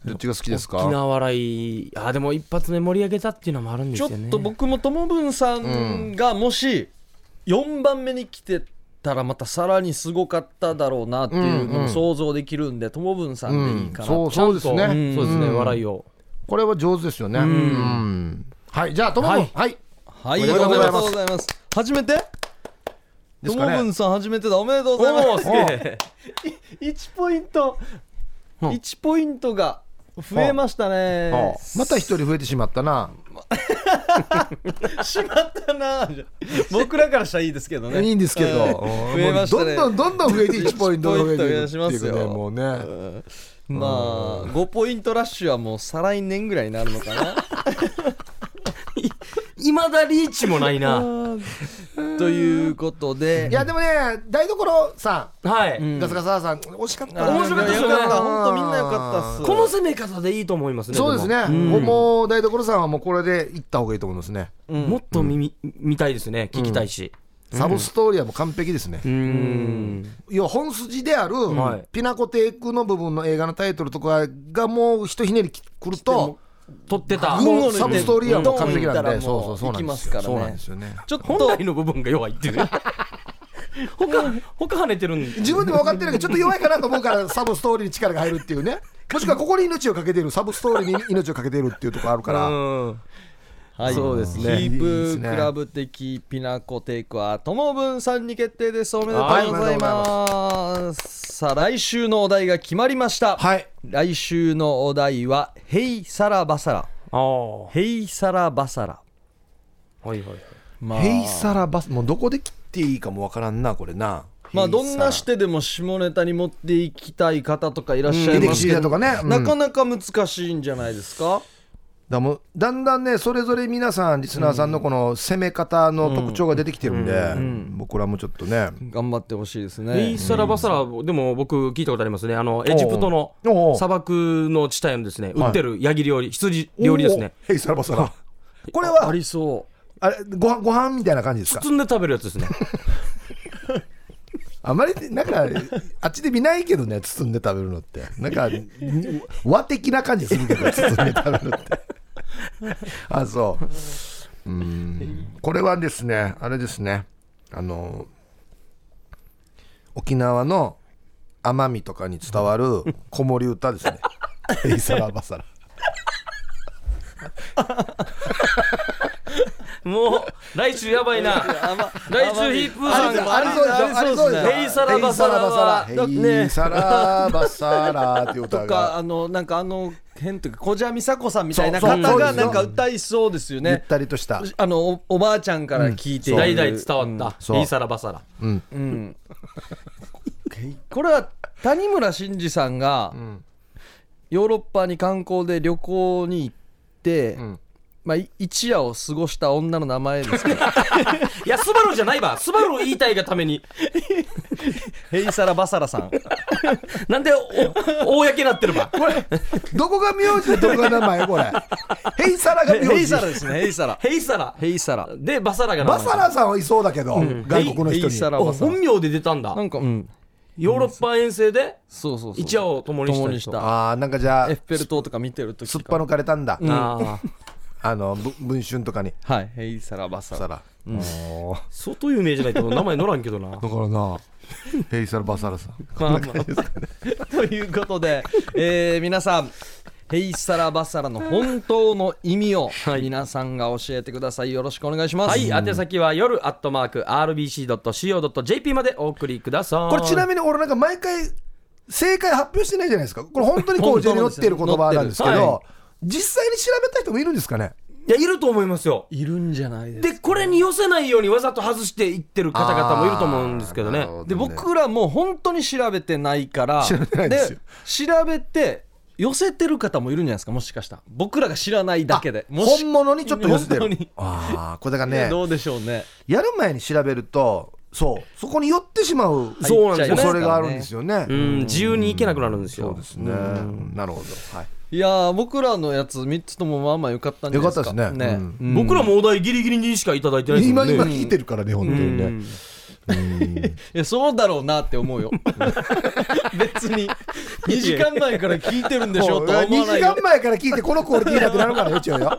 どっちが好きで
大
す
き
か、
な笑いあでも一発目盛り上げたっていうのもあるんで
ち
す
ょ
よ
っ
ね
と僕も友文さんがもし4番目に来てたらまたさらにすごかっただろうなっていうのも想像できるんで、友分さんでいいかなと、
そうそうですね、
うんそうですね、笑いを。
これは上手ですよね、うんはいじゃあともくん
はい
はい
はい
お
お
め
め
で
でとう
とうご
ご
ざ
ざ
い
い
ま
ますす初めて
で
友
すかね
分さん初めてだおめでとう
お
ござい
お
ま
ー、
す
すげえ。
1ポイント
うん
1ポイントが増えましたね
また一人増えてしまったな、
しまったな僕らからしたらいいですけどね
いいんですけど、
増えましたね
もうどんどんどんどん増えて1
1
ポイント増え
ポ
ていくって
イント増やしま
い
す
うね
よ
もうね
まあ5ポイントラッシュはもう再来年ぐらいになるのかな
いまだリーチもないな。
ということで
いやでもね台所さ
はい。
ん、ガスガサさん惜しかったな
面白かったですよね
いやよか本当みんなよかったっす
この攻め方でいいと思いますね。
そうですね、
も
もうもう台所さんはもうこれで行った方がいいと思いますね、
うんもっと耳見たいですね。聞きたいし。
サブストーリーはもう完璧ですね、
うん。
要は本筋である、
はい
ピナコテイクの部分の映画のタイトルとかがもうひとひねりきくると
取ってた。
群を抜
本
いて
サブストーリーはもう完璧な
ドン行っ
ん
た
で
ら
そうそうそ
も
う
う行
な
き
んで
ますす
よ
からね
そうなんですよね
ちょっと
来の部分が弱いっていうね。 他、他跳ねてるん
自分でも分かってるけどちょっと弱いかなと思うから サブストーリーに力が入るっていうねもしくはここに命をかけてるサブストーリーに 命をかけてるっていうところあるから、
うん。
はい、
そうですね
ヒープークラ
い
ブ的ピナコテイクはともぶんさんに決定ですおめでとうござい
はいおめでとうござい
ます,、さあ来週のお題が決まりました、
はい
来週のお題は「ヘイサラバサラ」
ああ。は
「ヘイサラバサラ
いはいはい。」
まあ
ヘイサラバスもうどこで切っていいかもわからんなこれな
まあ、どんな
し
してでも下ネタに持っていきたい方とかいらっしゃ
出
い
て
ま
き
す
て
け
た
ど、
とかね、うん
なかなか難しいんじゃないですか、
だもうだんだんねそれぞれ皆さんリスナーさんのこの攻め方の特徴が出てきてるんで、僕らもちょっとね
頑張ってほしいです
イ
ね
ーサラバサラ、でも僕聞いたことありますね。あの、エジプトの
おうおう
砂漠の地帯のですね、
い
売ってるヤギ料理、羊料理ですね。
おーヘイサラバサラこれは
ありそ
あれご飯ご飯みたいな感じですか
包んで食べるやつ ですね。
あまりなんかあっちで見ないけどね包んで食べるのってなんか和的な感じするけど包んで食べるのって あそううんこれはですねあれですねあの沖縄の奄美とかに伝わる子守歌です ね「ヘイサラバサラ
もう、来週やばいな。来週ヒップー」さ
あ
ん
り
が、
ありそうですね
ヘイサラバサラは
ヘイサラバサラ」っていう
う
歌
と
が
かあのなんかあの変というか小じゃみさこさんみたいな
そうそ
方
う
がなんか歌いそうですよ
ゆっ
ね
たりとした
あのおおばあちゃんから聞いている
代々伝わっ
そ
た。
う
ヘイサラバサラ。
うんこれは谷村新司さんが、ヨーロッパに観光で旅行に行って、まあ、い一夜を過ごした女の名前です けど
いや、スバルじゃないわ。スバルを言いたいがため に。
ヘイサラバサラさん
なんで、お、公になってるわ。
これ、どこが名字でどこが名 前これ。ヘイサラが
ヘ
名
イ
字
サ。ラですねヘイサラ
ヘイサラ。
ヘイサラ
で、バサラが名
バ
前
サラさんはいそうだけど、外国の人
ヘイ
に
サ。ラ
お
バサラ
本名で出たんだ
な。んかうん
ヨーロッパ遠征で、
そうそうそう
一夜を共にした人
共にした
ああ、なんかじゃあ
エッ、フェル塔とか見てると
すっ
き
ぱ抜かれたんだ。
ああ、
あの、ぶ文春とかに。
はいヘイサラバサ
サ
ラ
ラ。おー
相当有名じゃないと名前乗らんけどな。
だから な、ヘイサラバサラさん。
まあまあ
ということで、えー皆さんヘイサラバサラの本当の意味を皆さんが教えてくださいよろしくお願いします、
はい、宛先は夜アットマーク RBC.CO.JP までお送りください。
これちなみに俺なんか毎回、正解発表してないじゃないですか。これ本当にこう、
本当
に
な
載
ん
っ
です
てる言葉なんですけ
載
ど
っ、
実際に調べた人もいるんですかね
いや、いると思いますよ。
いるんじゃないですか
で、これに寄せないようにわざと外していってる方々もいると思うんですけどね。
で僕らもう本当に調べてないから
調べてないですよ
調べて寄せてる方もいるんじゃないですかもしかしたら僕らが知らないだけでもし
本物にちょっと寄せて
本当
る
に。
ああ、これだからね。
どうでしょうね
やる前に調べるとそうそこに寄ってしまう
そうなんですよね
恐れがあるんですよね。
うん、自由に行けなくなるんですよ。
そうですね。なるほど。はい。
いやー僕らのやつ3つともまあまあよかったんじゃないですか
良かったですね
うん
僕らもお題ギリギリにしかいただいてないですも
今
んね。
今聞いてるからね本当にね。
いやそうだろうなって思う よ別に2時間前から聞いてるんでしょとは思
2
わな
時
いよ
間前から聞いてこのクオリティだってなるからよちよよ。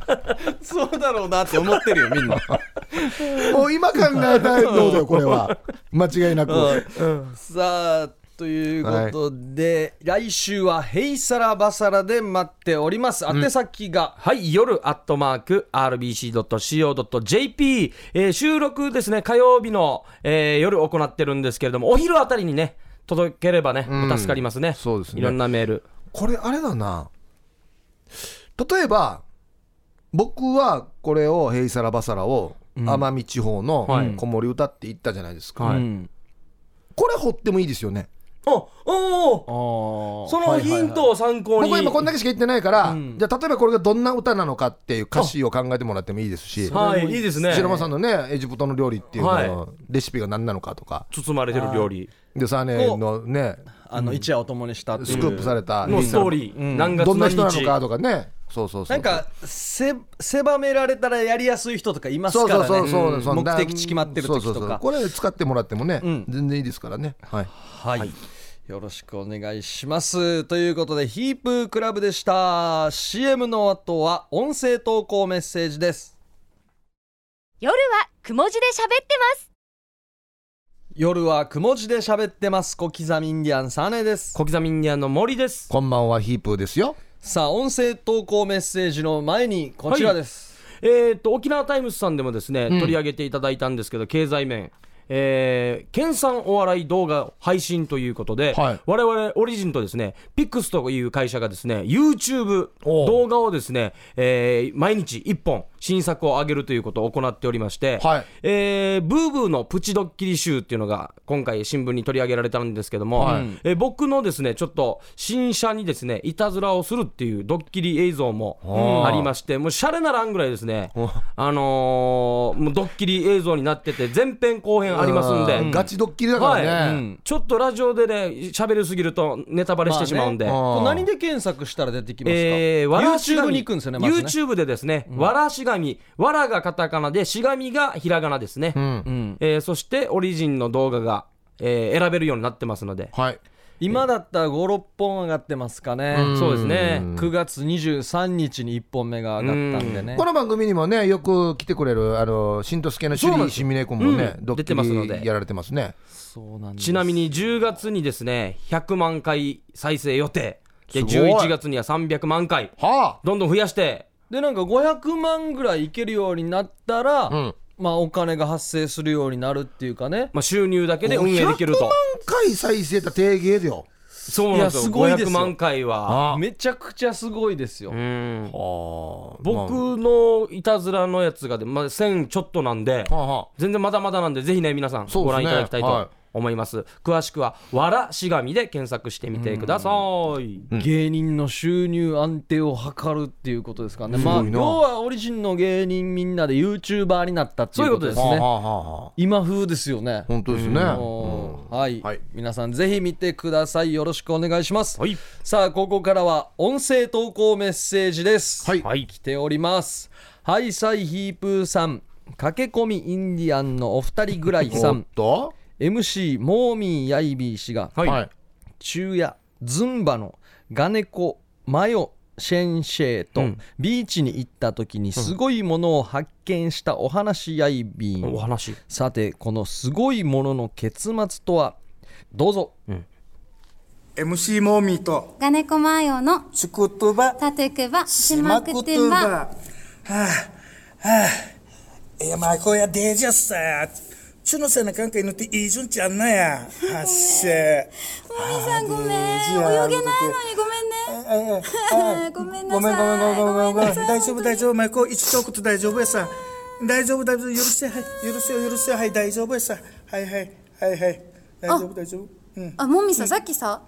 そうだろうなって思ってるよみんな
もう今考えたいのだよこれは間違いなく、
うんさあということで、来週は「ヘイサラバサラ」で待っております宛先が、
はい、夜アットマーク RBC.CO.JP、えー収録ですね、火曜日の、えー夜行ってるんですけれども、お昼あたりにね、届ければね、
ん
助かりますね、
そうですね
いろんなメール。
これあれだな例えば僕はこれを「ヘイサラバサラ」を奄美地方の
はい
子守歌って言ったじゃないですか、
はい
うん
これ掘ってもいいですよね
おお
あー
ーそのヒントを参考に。
僕は今こんだけしか言ってないから、
ん
じゃあ例えばこれがどんな歌なのかっていう歌詞を考えてもらってもいいですし
は
はい、いいですね。
白間さんのねエジプトの料理っていうののレシピが何なのかとか
包まれてる料理
でサーネのね
あの一夜を共にしたっていう
スクープされた
のストーリー、何月
どんな
何日
人なのかとかねそうそうそ
な
う
んかせ狭められたらやりやすい人とかいます
そう
か
そ
ら
うそうそう、
ね
そんな
目的地決まってる時
そう
と
そうそう
か
これ使ってもらってもね、
ん
全然いいですからねはい
はいよろしくお願いしますということでヒープークラブでした CM の後は音声投稿メッセージです
夜はくも字で喋ってます
夜はくも字で喋ってます小刻みインディアンサネです
小刻みインディアンの森です。
こんばんはヒープーですよ
さあ音声投稿メッセージの前にこちらです、
えー、と沖縄タイムズさんでもですね、取り上げていただいたんですけど経済面えー、県産お笑い動画配信ということで、
はい
我々オリジンとですねピックスという会社がですね YouTube
おう
動画をですね、えー毎日1本新作を上げるということを行っておりまして、
はい
えーブーブーのプチドッキリ集っていうのが今回新聞に取り上げられたんですけども、えー僕のですねちょっと新車にですねいたずらをするっていうドッキリ映像もありましてもうシャレならんぐらいですねあのーもうドッキリ映像になってて前編後編ありますんで、
ガチドッキリだからね、
はいちょっとラジオでね喋りすぎるとネタバレしてしまうんで、
まあね
うん
これ何で検索したら出てきますか、
えー、わらしが
YouTube
み
に行くんですよねまずね
YouTube でですね、わらしがみ、わらがカタカナで、しがみがひらがなですね。
うん
えーそして、オリジンの動画が、えー選べるようになってますので、
はい
今だったら56本上がってますかね、
そうですね。
9月23日に1本目が上がったんでね
この番組にもねよく来てくれるあの新之助のシ
そうなん
リ
です
シミネ君もね、
うん
ドッ
出て
キ
ますので
リやられてますね
そうなんです
ちなみに10月にですね、100万回再生予定。で、
すごい
11月には300万回。
は
どんどん増やして、
でなんか500万ぐらいいけるようになったら、
ん
まあお金が発生するようになるっていうかね
まあ、収入だけで運営できる
500
と
万。回再生た定義でよ
そうなんですよ。
いやすごいですよ
500万回は。
あ
めちゃくちゃすごいですよ、
うん。
僕
僕のいたずらのやつがで、まあ、1000ちょっとなんで、
はあは
全然まだまだなんで、ぜひね、皆さん、
そう
ご
で
覧
すね
いただきたい
はい
と思います。詳しくは、わらしがみで検索してみてください。
芸人の収入安定を図るっていうことですからね
すごい
まあ
な
要はオリジンの芸人みんなで YouTuber になったっていうことですね
そういうことです
はあはあはあ
今風ですよね
本当ですね、
おーはい、
はい
皆さんぜひ見てくださいよろしくお願いします、
はい
さあここからは音声投稿メッセージです
はい
はい
来ておりますハイサイヒープーさん駆け込みインディアンのお二人ぐらいさ
おっ
ん
と
MC モーミーヤイビー氏が
はい。
昼夜ズンバのガネコマヨシェンシェーと、
うん
ビーチに行った時にすごいものを発見したお話ヤイビー、
お話。
さてこのすごいものの結末とはどうぞ
MC モーミーと
ガネコマヨの
シュクトゥバ
タトゥクバシ
シマ
マ
ク
ク
ト
ト
ゥ
ゥ
バ
バ
はあはあいやまあこうやデージャスさチュのせなかんかいぬっていいじゅんちゃんなやはっせ
マミさんごめん泳げ
いやいや
ないのに
ごめんごめんごめんごめ
ごめんねごめんなさい
んごめん
なさい
大丈夫大丈夫お前こう一トークと大丈夫やさ大丈夫大丈夫許してはい許せよ許せよはい大丈夫やさはいはいはいはい大丈夫大丈夫うん
あもみさんさっきさ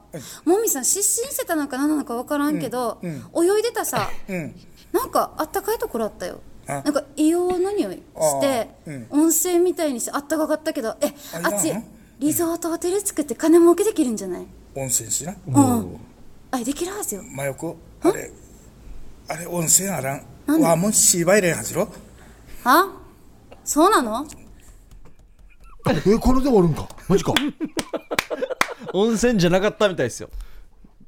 もみさん失神してたのか何なのか分からんけど、泳いでたさ、
うん
なんかあったかいところあったよな
あ
んか硫黄の匂いして、
あー
温泉みたいにしてあったかかったけどえ
あ
あっち
いいな
リゾートホテル作って金儲けできるんじゃない
温泉しな
うんあできるはずよ
真横あれあれ温泉あらん
なんで
わあもう芝居れんはずろ
あそうなの
えこれで終わるんかマジか
温泉じゃなかったみたいですよ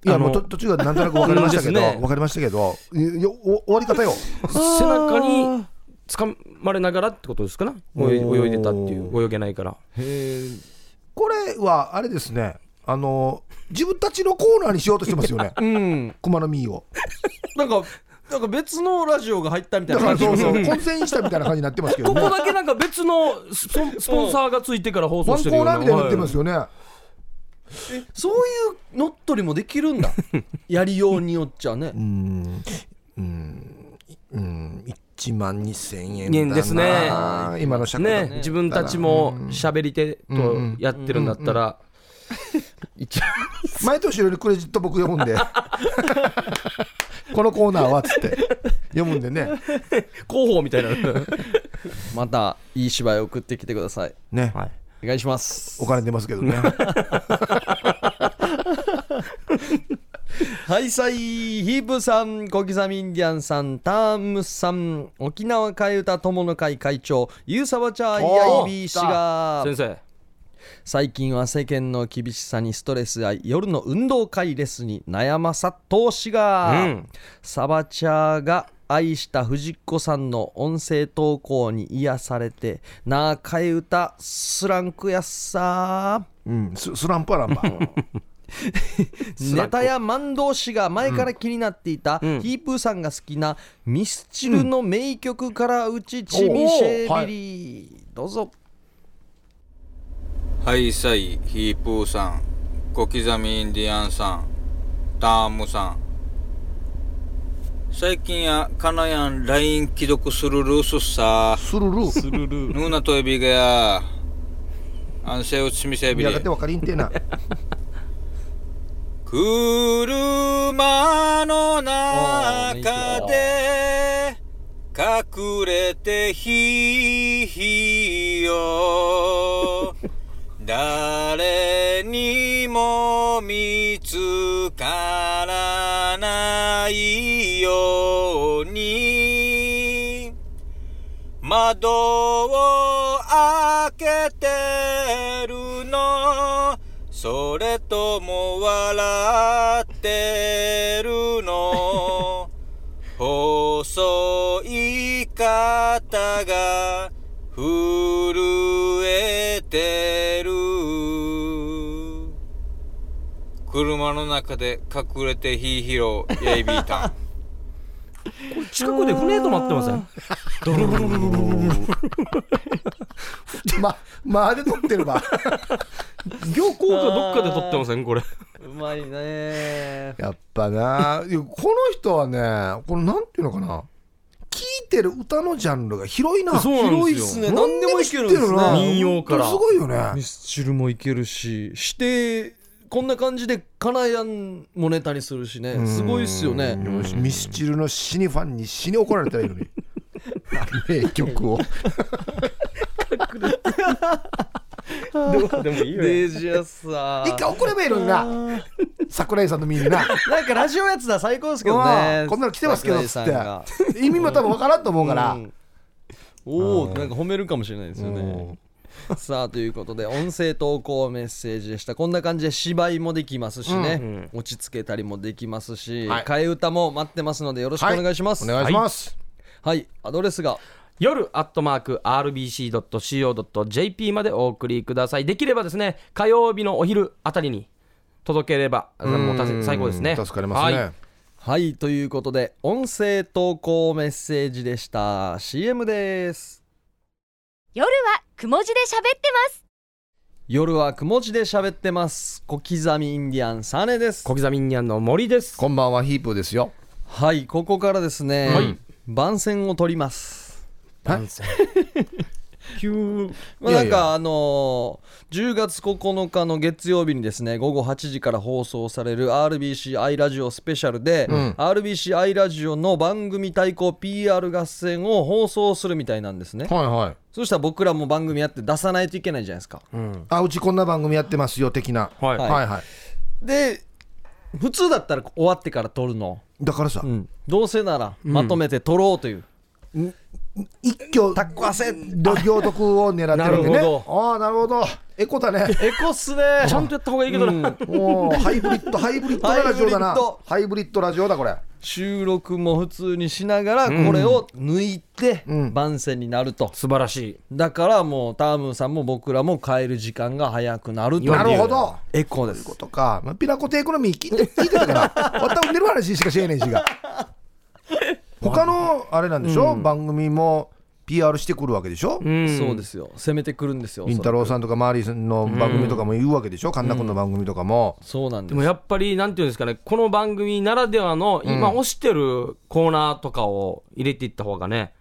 いや
あの
もうと途中はなんとなく分かりましたけ
うん
ど、
ですね
分かりましたけどいやお終わり方よ
背中に掴まれながらってことですかね泳い泳いでたっていう泳げないから
へえこれはあれですねあの自分たちのコーナーにしようとしてますよね
うん
熊の実を
なんかなんか別のラジオが入ったみたい
だ
な
から
感じ
そうそう混戦したみたいな感じになってますけど
こ
ね
こだけなんか別のスポンスポンサーがついてから放
ワ
送
ン
し
コ
てるよう
ー
な
ナーみたいになってます
よ
よね、
そういう乗っ取りもできるん だやりようによっちゃね
うん1万2000円
円ですね
今の社会だ
ね自分たちも喋り手とやってるんだったら一応
毎年よりクレジット僕読むんでこのコーナーはっつって読むんでね
広報みたいな
またいい芝居送ってきてください
ね、
はい
お願いします
お金出ますけどね
はいさいヒープさん小刻みインディアンさんタームさん沖縄替え歌友の会会長ゆうさばちゃん
おー
IB 氏が
先生
最近は世間の厳しさにストレスや夜の運動会レッスンに悩まさ投資が、
うん
サバチャーが愛した藤子さんの音声投稿に癒されてなあ替え歌スランクやっさ
うんススランプはランバー
ネタや万動詞が前から気になっていた、ヒープーさんが好きなミスチルの名曲からうちちびシェビリー、どうぞ
ハイサイ、ヒープーさん、小刻みインディアンさん、タームさん。最近や、カナヤン、LINE 既読するルースさ、
スルルー
ヌーナトエビがや、アンセウチミセビ
や
リ
が。て分かりんてえな
車の中で隠れてひいひいよ誰にも見つからないように窓を開けてるのそれとも笑ってる の細い肩が震えてる車の中で隠れてヒーヒーローやいびー たん
近くで船止まってません
ままあで撮ってるば
漁港かどっかで撮ってませんこれ
うまいね
やっぱないやこの人はねこのなんていうのかな聴いてる歌のジャンルが広いな
そうなん
広い
で
っ
す
す
よ
ね何でもいけるんです
な
ね
民謡から
すごいよね
ミスチルもいけるししてこんな感じでカナヤンもネタにするしねすごいっすよね
よしミスチルの死にファンに死に怒られたらいい のに名曲を
どうでもいいよ
デージアさ
一回送ればいいのにな桜井さんのみん
な
な
んかラジオやつだ最高ですけど
う
ね
んこんなの来てますけどっつっ
桜井さんが
て意味も多分分からんと思うから、
うんおおなんか褒めるかもしれないですよねさあということで音声投稿メッセージでしたこんな感じで芝居もできますしね、落ち着けたりもできますし、
はい
替え歌も待ってますのでよろしくお願いします、
お願いします、
はい、アドレスが
夜アットマーク RBC.CO.JP までお送りくださいできればですね火曜日のお昼あたりに届ければもうた最高ですね
助かりますね、
はい
はいということで音声投稿メッセージでした CM です
夜はくも字で喋ってます
夜はくも字で喋ってます小刻みインディアンサネです
小刻みにゃんの森です
こんばんはヒープーですよ
はいここからですね、
はい
番宣を取ります
急
まあ、な
いや
ん
いや
かあのー10月9日の月曜日にですね午後8時から放送される RBCi ラジオスペシャルで、RBCi ラジオの番組対抗 PR 合戦を放送するみたいなんですね
はいはい
そしたら僕らも番組やって出さないといけないじゃないですか、
あうちこんな番組やってますよ的な、
はい
はいはい
で普通だったら終わってから撮るの、
だからさ、
うんどうせならまとめて撮ろうという、
一挙
タッコ汗
ど行徳を狙ってるんでね
なるほ
ああなるほどエコだね
エコっすね
ちゃんとやった方がいいけどな、
もうハイブリッドハイブリッドなラジオ
ハイブリ
だ
ッ
な
ド
ハイブリッドラジオだこれ
収録も普通にしながらこれを抜いて番宣になると、
素晴らしい
だからもうタームンさんも僕らも帰る時間が早くなるという
なるほど
エコです
とか、まあ、ピラコテエコノミー聞いて 聞いてたから、わたんでる話しかしえねえ しが。他のあれなんでしょ、番組も PR してくるわけでしょ、
そうですよ攻めてくるんですよ
りんたろうさんとかマーリーさんの番組とかも言うわけでしょ、神田君の番組とかも、
そうなんで
ですもやっぱりなんていうんですかねこの番組ならではの今推してるコーナーとかを入れていった方がね、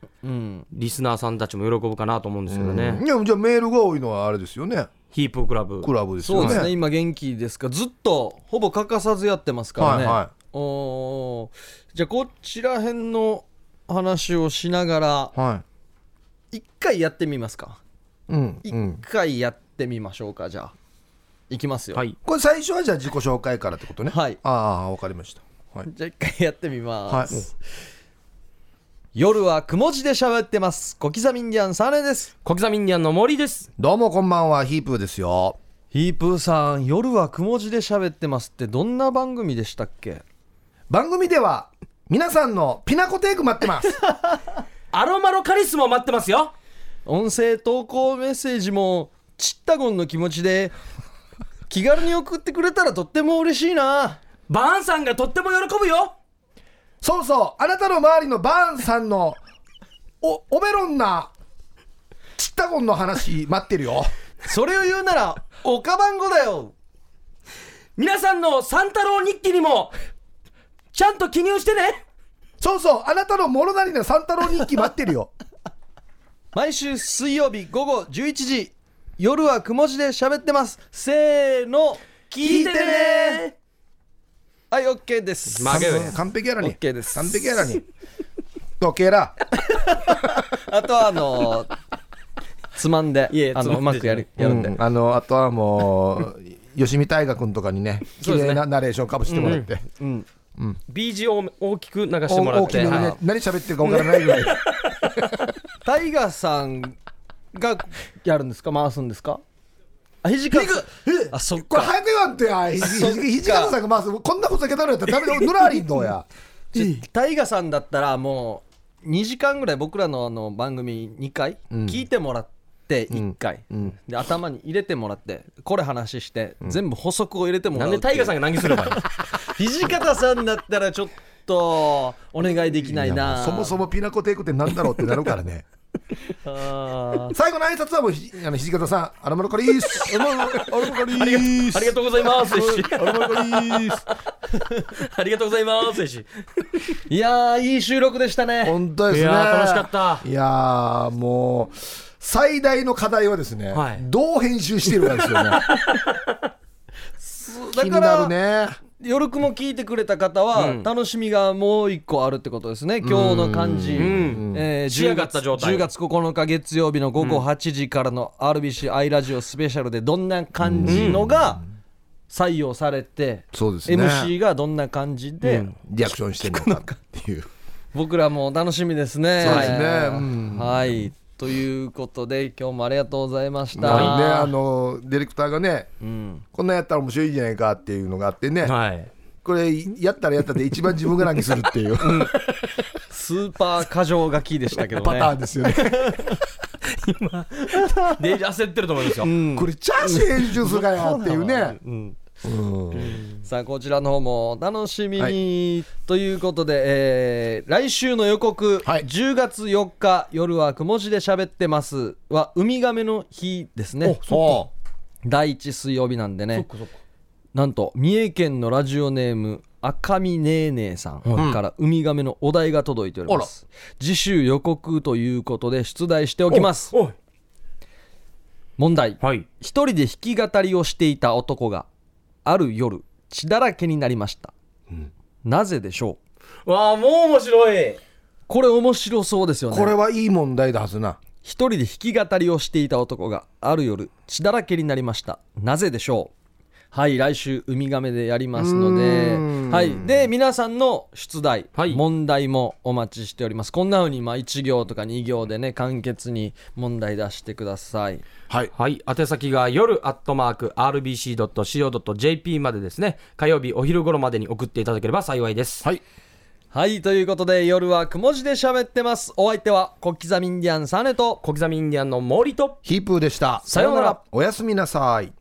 リスナーさんたちも喜ぶかなと思うんですけどね、
いやじゃあメールが多いのはあれですよね
ヒープクラブ
クラブです
そ
よ
う
ね
ですね今元気ですかずっとほぼ欠かさずやってますからね、
はいはい
おーじゃあこちら辺の話をしながら
は
一回やってみますか
い、うん
一
うん、
回やってみましょうかじゃあいきますよ
はい
これ最初はじゃあ自己紹介からってことね
はい
ああわかりましたはい、
じゃあ一回やってみま
はい
す、夜はくも字で喋ってます小刻みインディアンサネです
小刻みインディアンの森です
どうもこんばんはヒープーですよ
ヒープーさん夜はくも字で喋ってますってどんな番組でしたっけ
番組では皆さんのピナコテイク待ってます
アロマロカリスマ待ってますよ
音声投稿メッセージもチッタゴンの気持ち で気軽に送ってくれたらとっても嬉しいな
バーンさんがとっても喜ぶよ
そうそうあなたの周りのバーンさんのおオベロンなチッタゴンの話待ってるよ
それを言うならオカバンゴだよ
皆さんの三太郎日記にもちゃんと記入してね
そうそうあなたのモロナリな三太郎日記待ってるよ
毎週水曜日午後11時夜はくも字で喋ってますせーの聞いてねはい OK です
曲げよね
完璧やらに
OK です
完璧やらに時計ら
あとはあのーつまんで
いえ
あ
つ
の
ま
うん
で
まくやるやるんで、
うんあのあとはもう吉見大河君とかにね綺
そうですね
麗なナレーションかぶしてもらって、
BG を大きく流してもら
大
っ
きい
て
のにね、
はい
何喋ってるか分からないぐら い
タイガーさんがやるんですか回すんですかあ肘かあそっ
これ
か
早く言わんとやひじひじひじかたさんがまずこんなことけたのやったらダメだぬらりんど うや
タイガさんだったらもう2時間ぐらい僕らのあの番組2回聞いてもらって1回、で頭に入れてもらってこれ話して、全部補足を入れてもら
な
うん
でタイガーさん
ん
が難儀すればいい
土方さんだったらちょっとお願いできないな
そもそもピナコテイクってなんだろうってなるか らね
あ
最後の挨拶はもうひあのひじかたさん「あらまるかりーす」「あらまるかり ー
ありがとうございます
あらまるかりーす」
ありがとうございますし
ーいやーいい収録でしたね
本当ですね
いやー楽しかった
いやーもう最大の課題はですね、
はい
どう編集してるかで すよね
だ
気に
か
なる
ら、
ね
夜くも聞いてくれた方は楽しみがもう一個あるってことですね、今日の感じ、えー
仕上がった状態
10月9日月曜日の午後8時からの RBC アイラジオスペシャルでどんな感じのが採用されて、
そうですね
MC がどんな感じで、
リアクションしてるのかって いう
僕らも楽しみですね。
そうですね
はいということで今日もありがとうございまし
だ
た。
からねあのディレクターがね、こんなんやったら面白いんじゃないかっていうのがあってね、
はい
これやったらやったで一番自分が何するっていう
スーパー過剰書きでしたけどね。
パターンですよね、
で焦ってると思いますよ
これチャーシュー編集するかよっていうね
さあこちらの方もお楽しみに、ということで、えー来週の予告、
はい
10月4日夜はくも字で喋ってますはウミガメの日ですね
そ
第一水曜日なんでねなんと三重県のラジオネーム赤見ねえねえさんからウミガメのお題が届いております、次週予告ということで出題しておきます
おい
問題
はい
一人で弾き語りをしていた男がある夜血だらけになりました、なぜでしょう
わあもう面白い
これ面白そうですよ
う
ね
これはいい問題だはずな
一人で弾き語りをしていた男がある夜血だらけになりましたなぜでしょうはい来週ウミガメでやりますのではいで皆さんの出題、
はい
問題もお待ちしておりますこんな風にまあ1行とか2行でね簡潔に問題出してください
はい
はい、宛先が夜アットマーク RBC.CO.JP までですね、火曜日お昼頃までに送っていただければ幸いです。
はい
はい、ということで夜はくも字で喋ってます。お相手は小刻みインディアンサネと
小刻みインディアンの森と
ヒープーでした
さようなら
おやすみなさい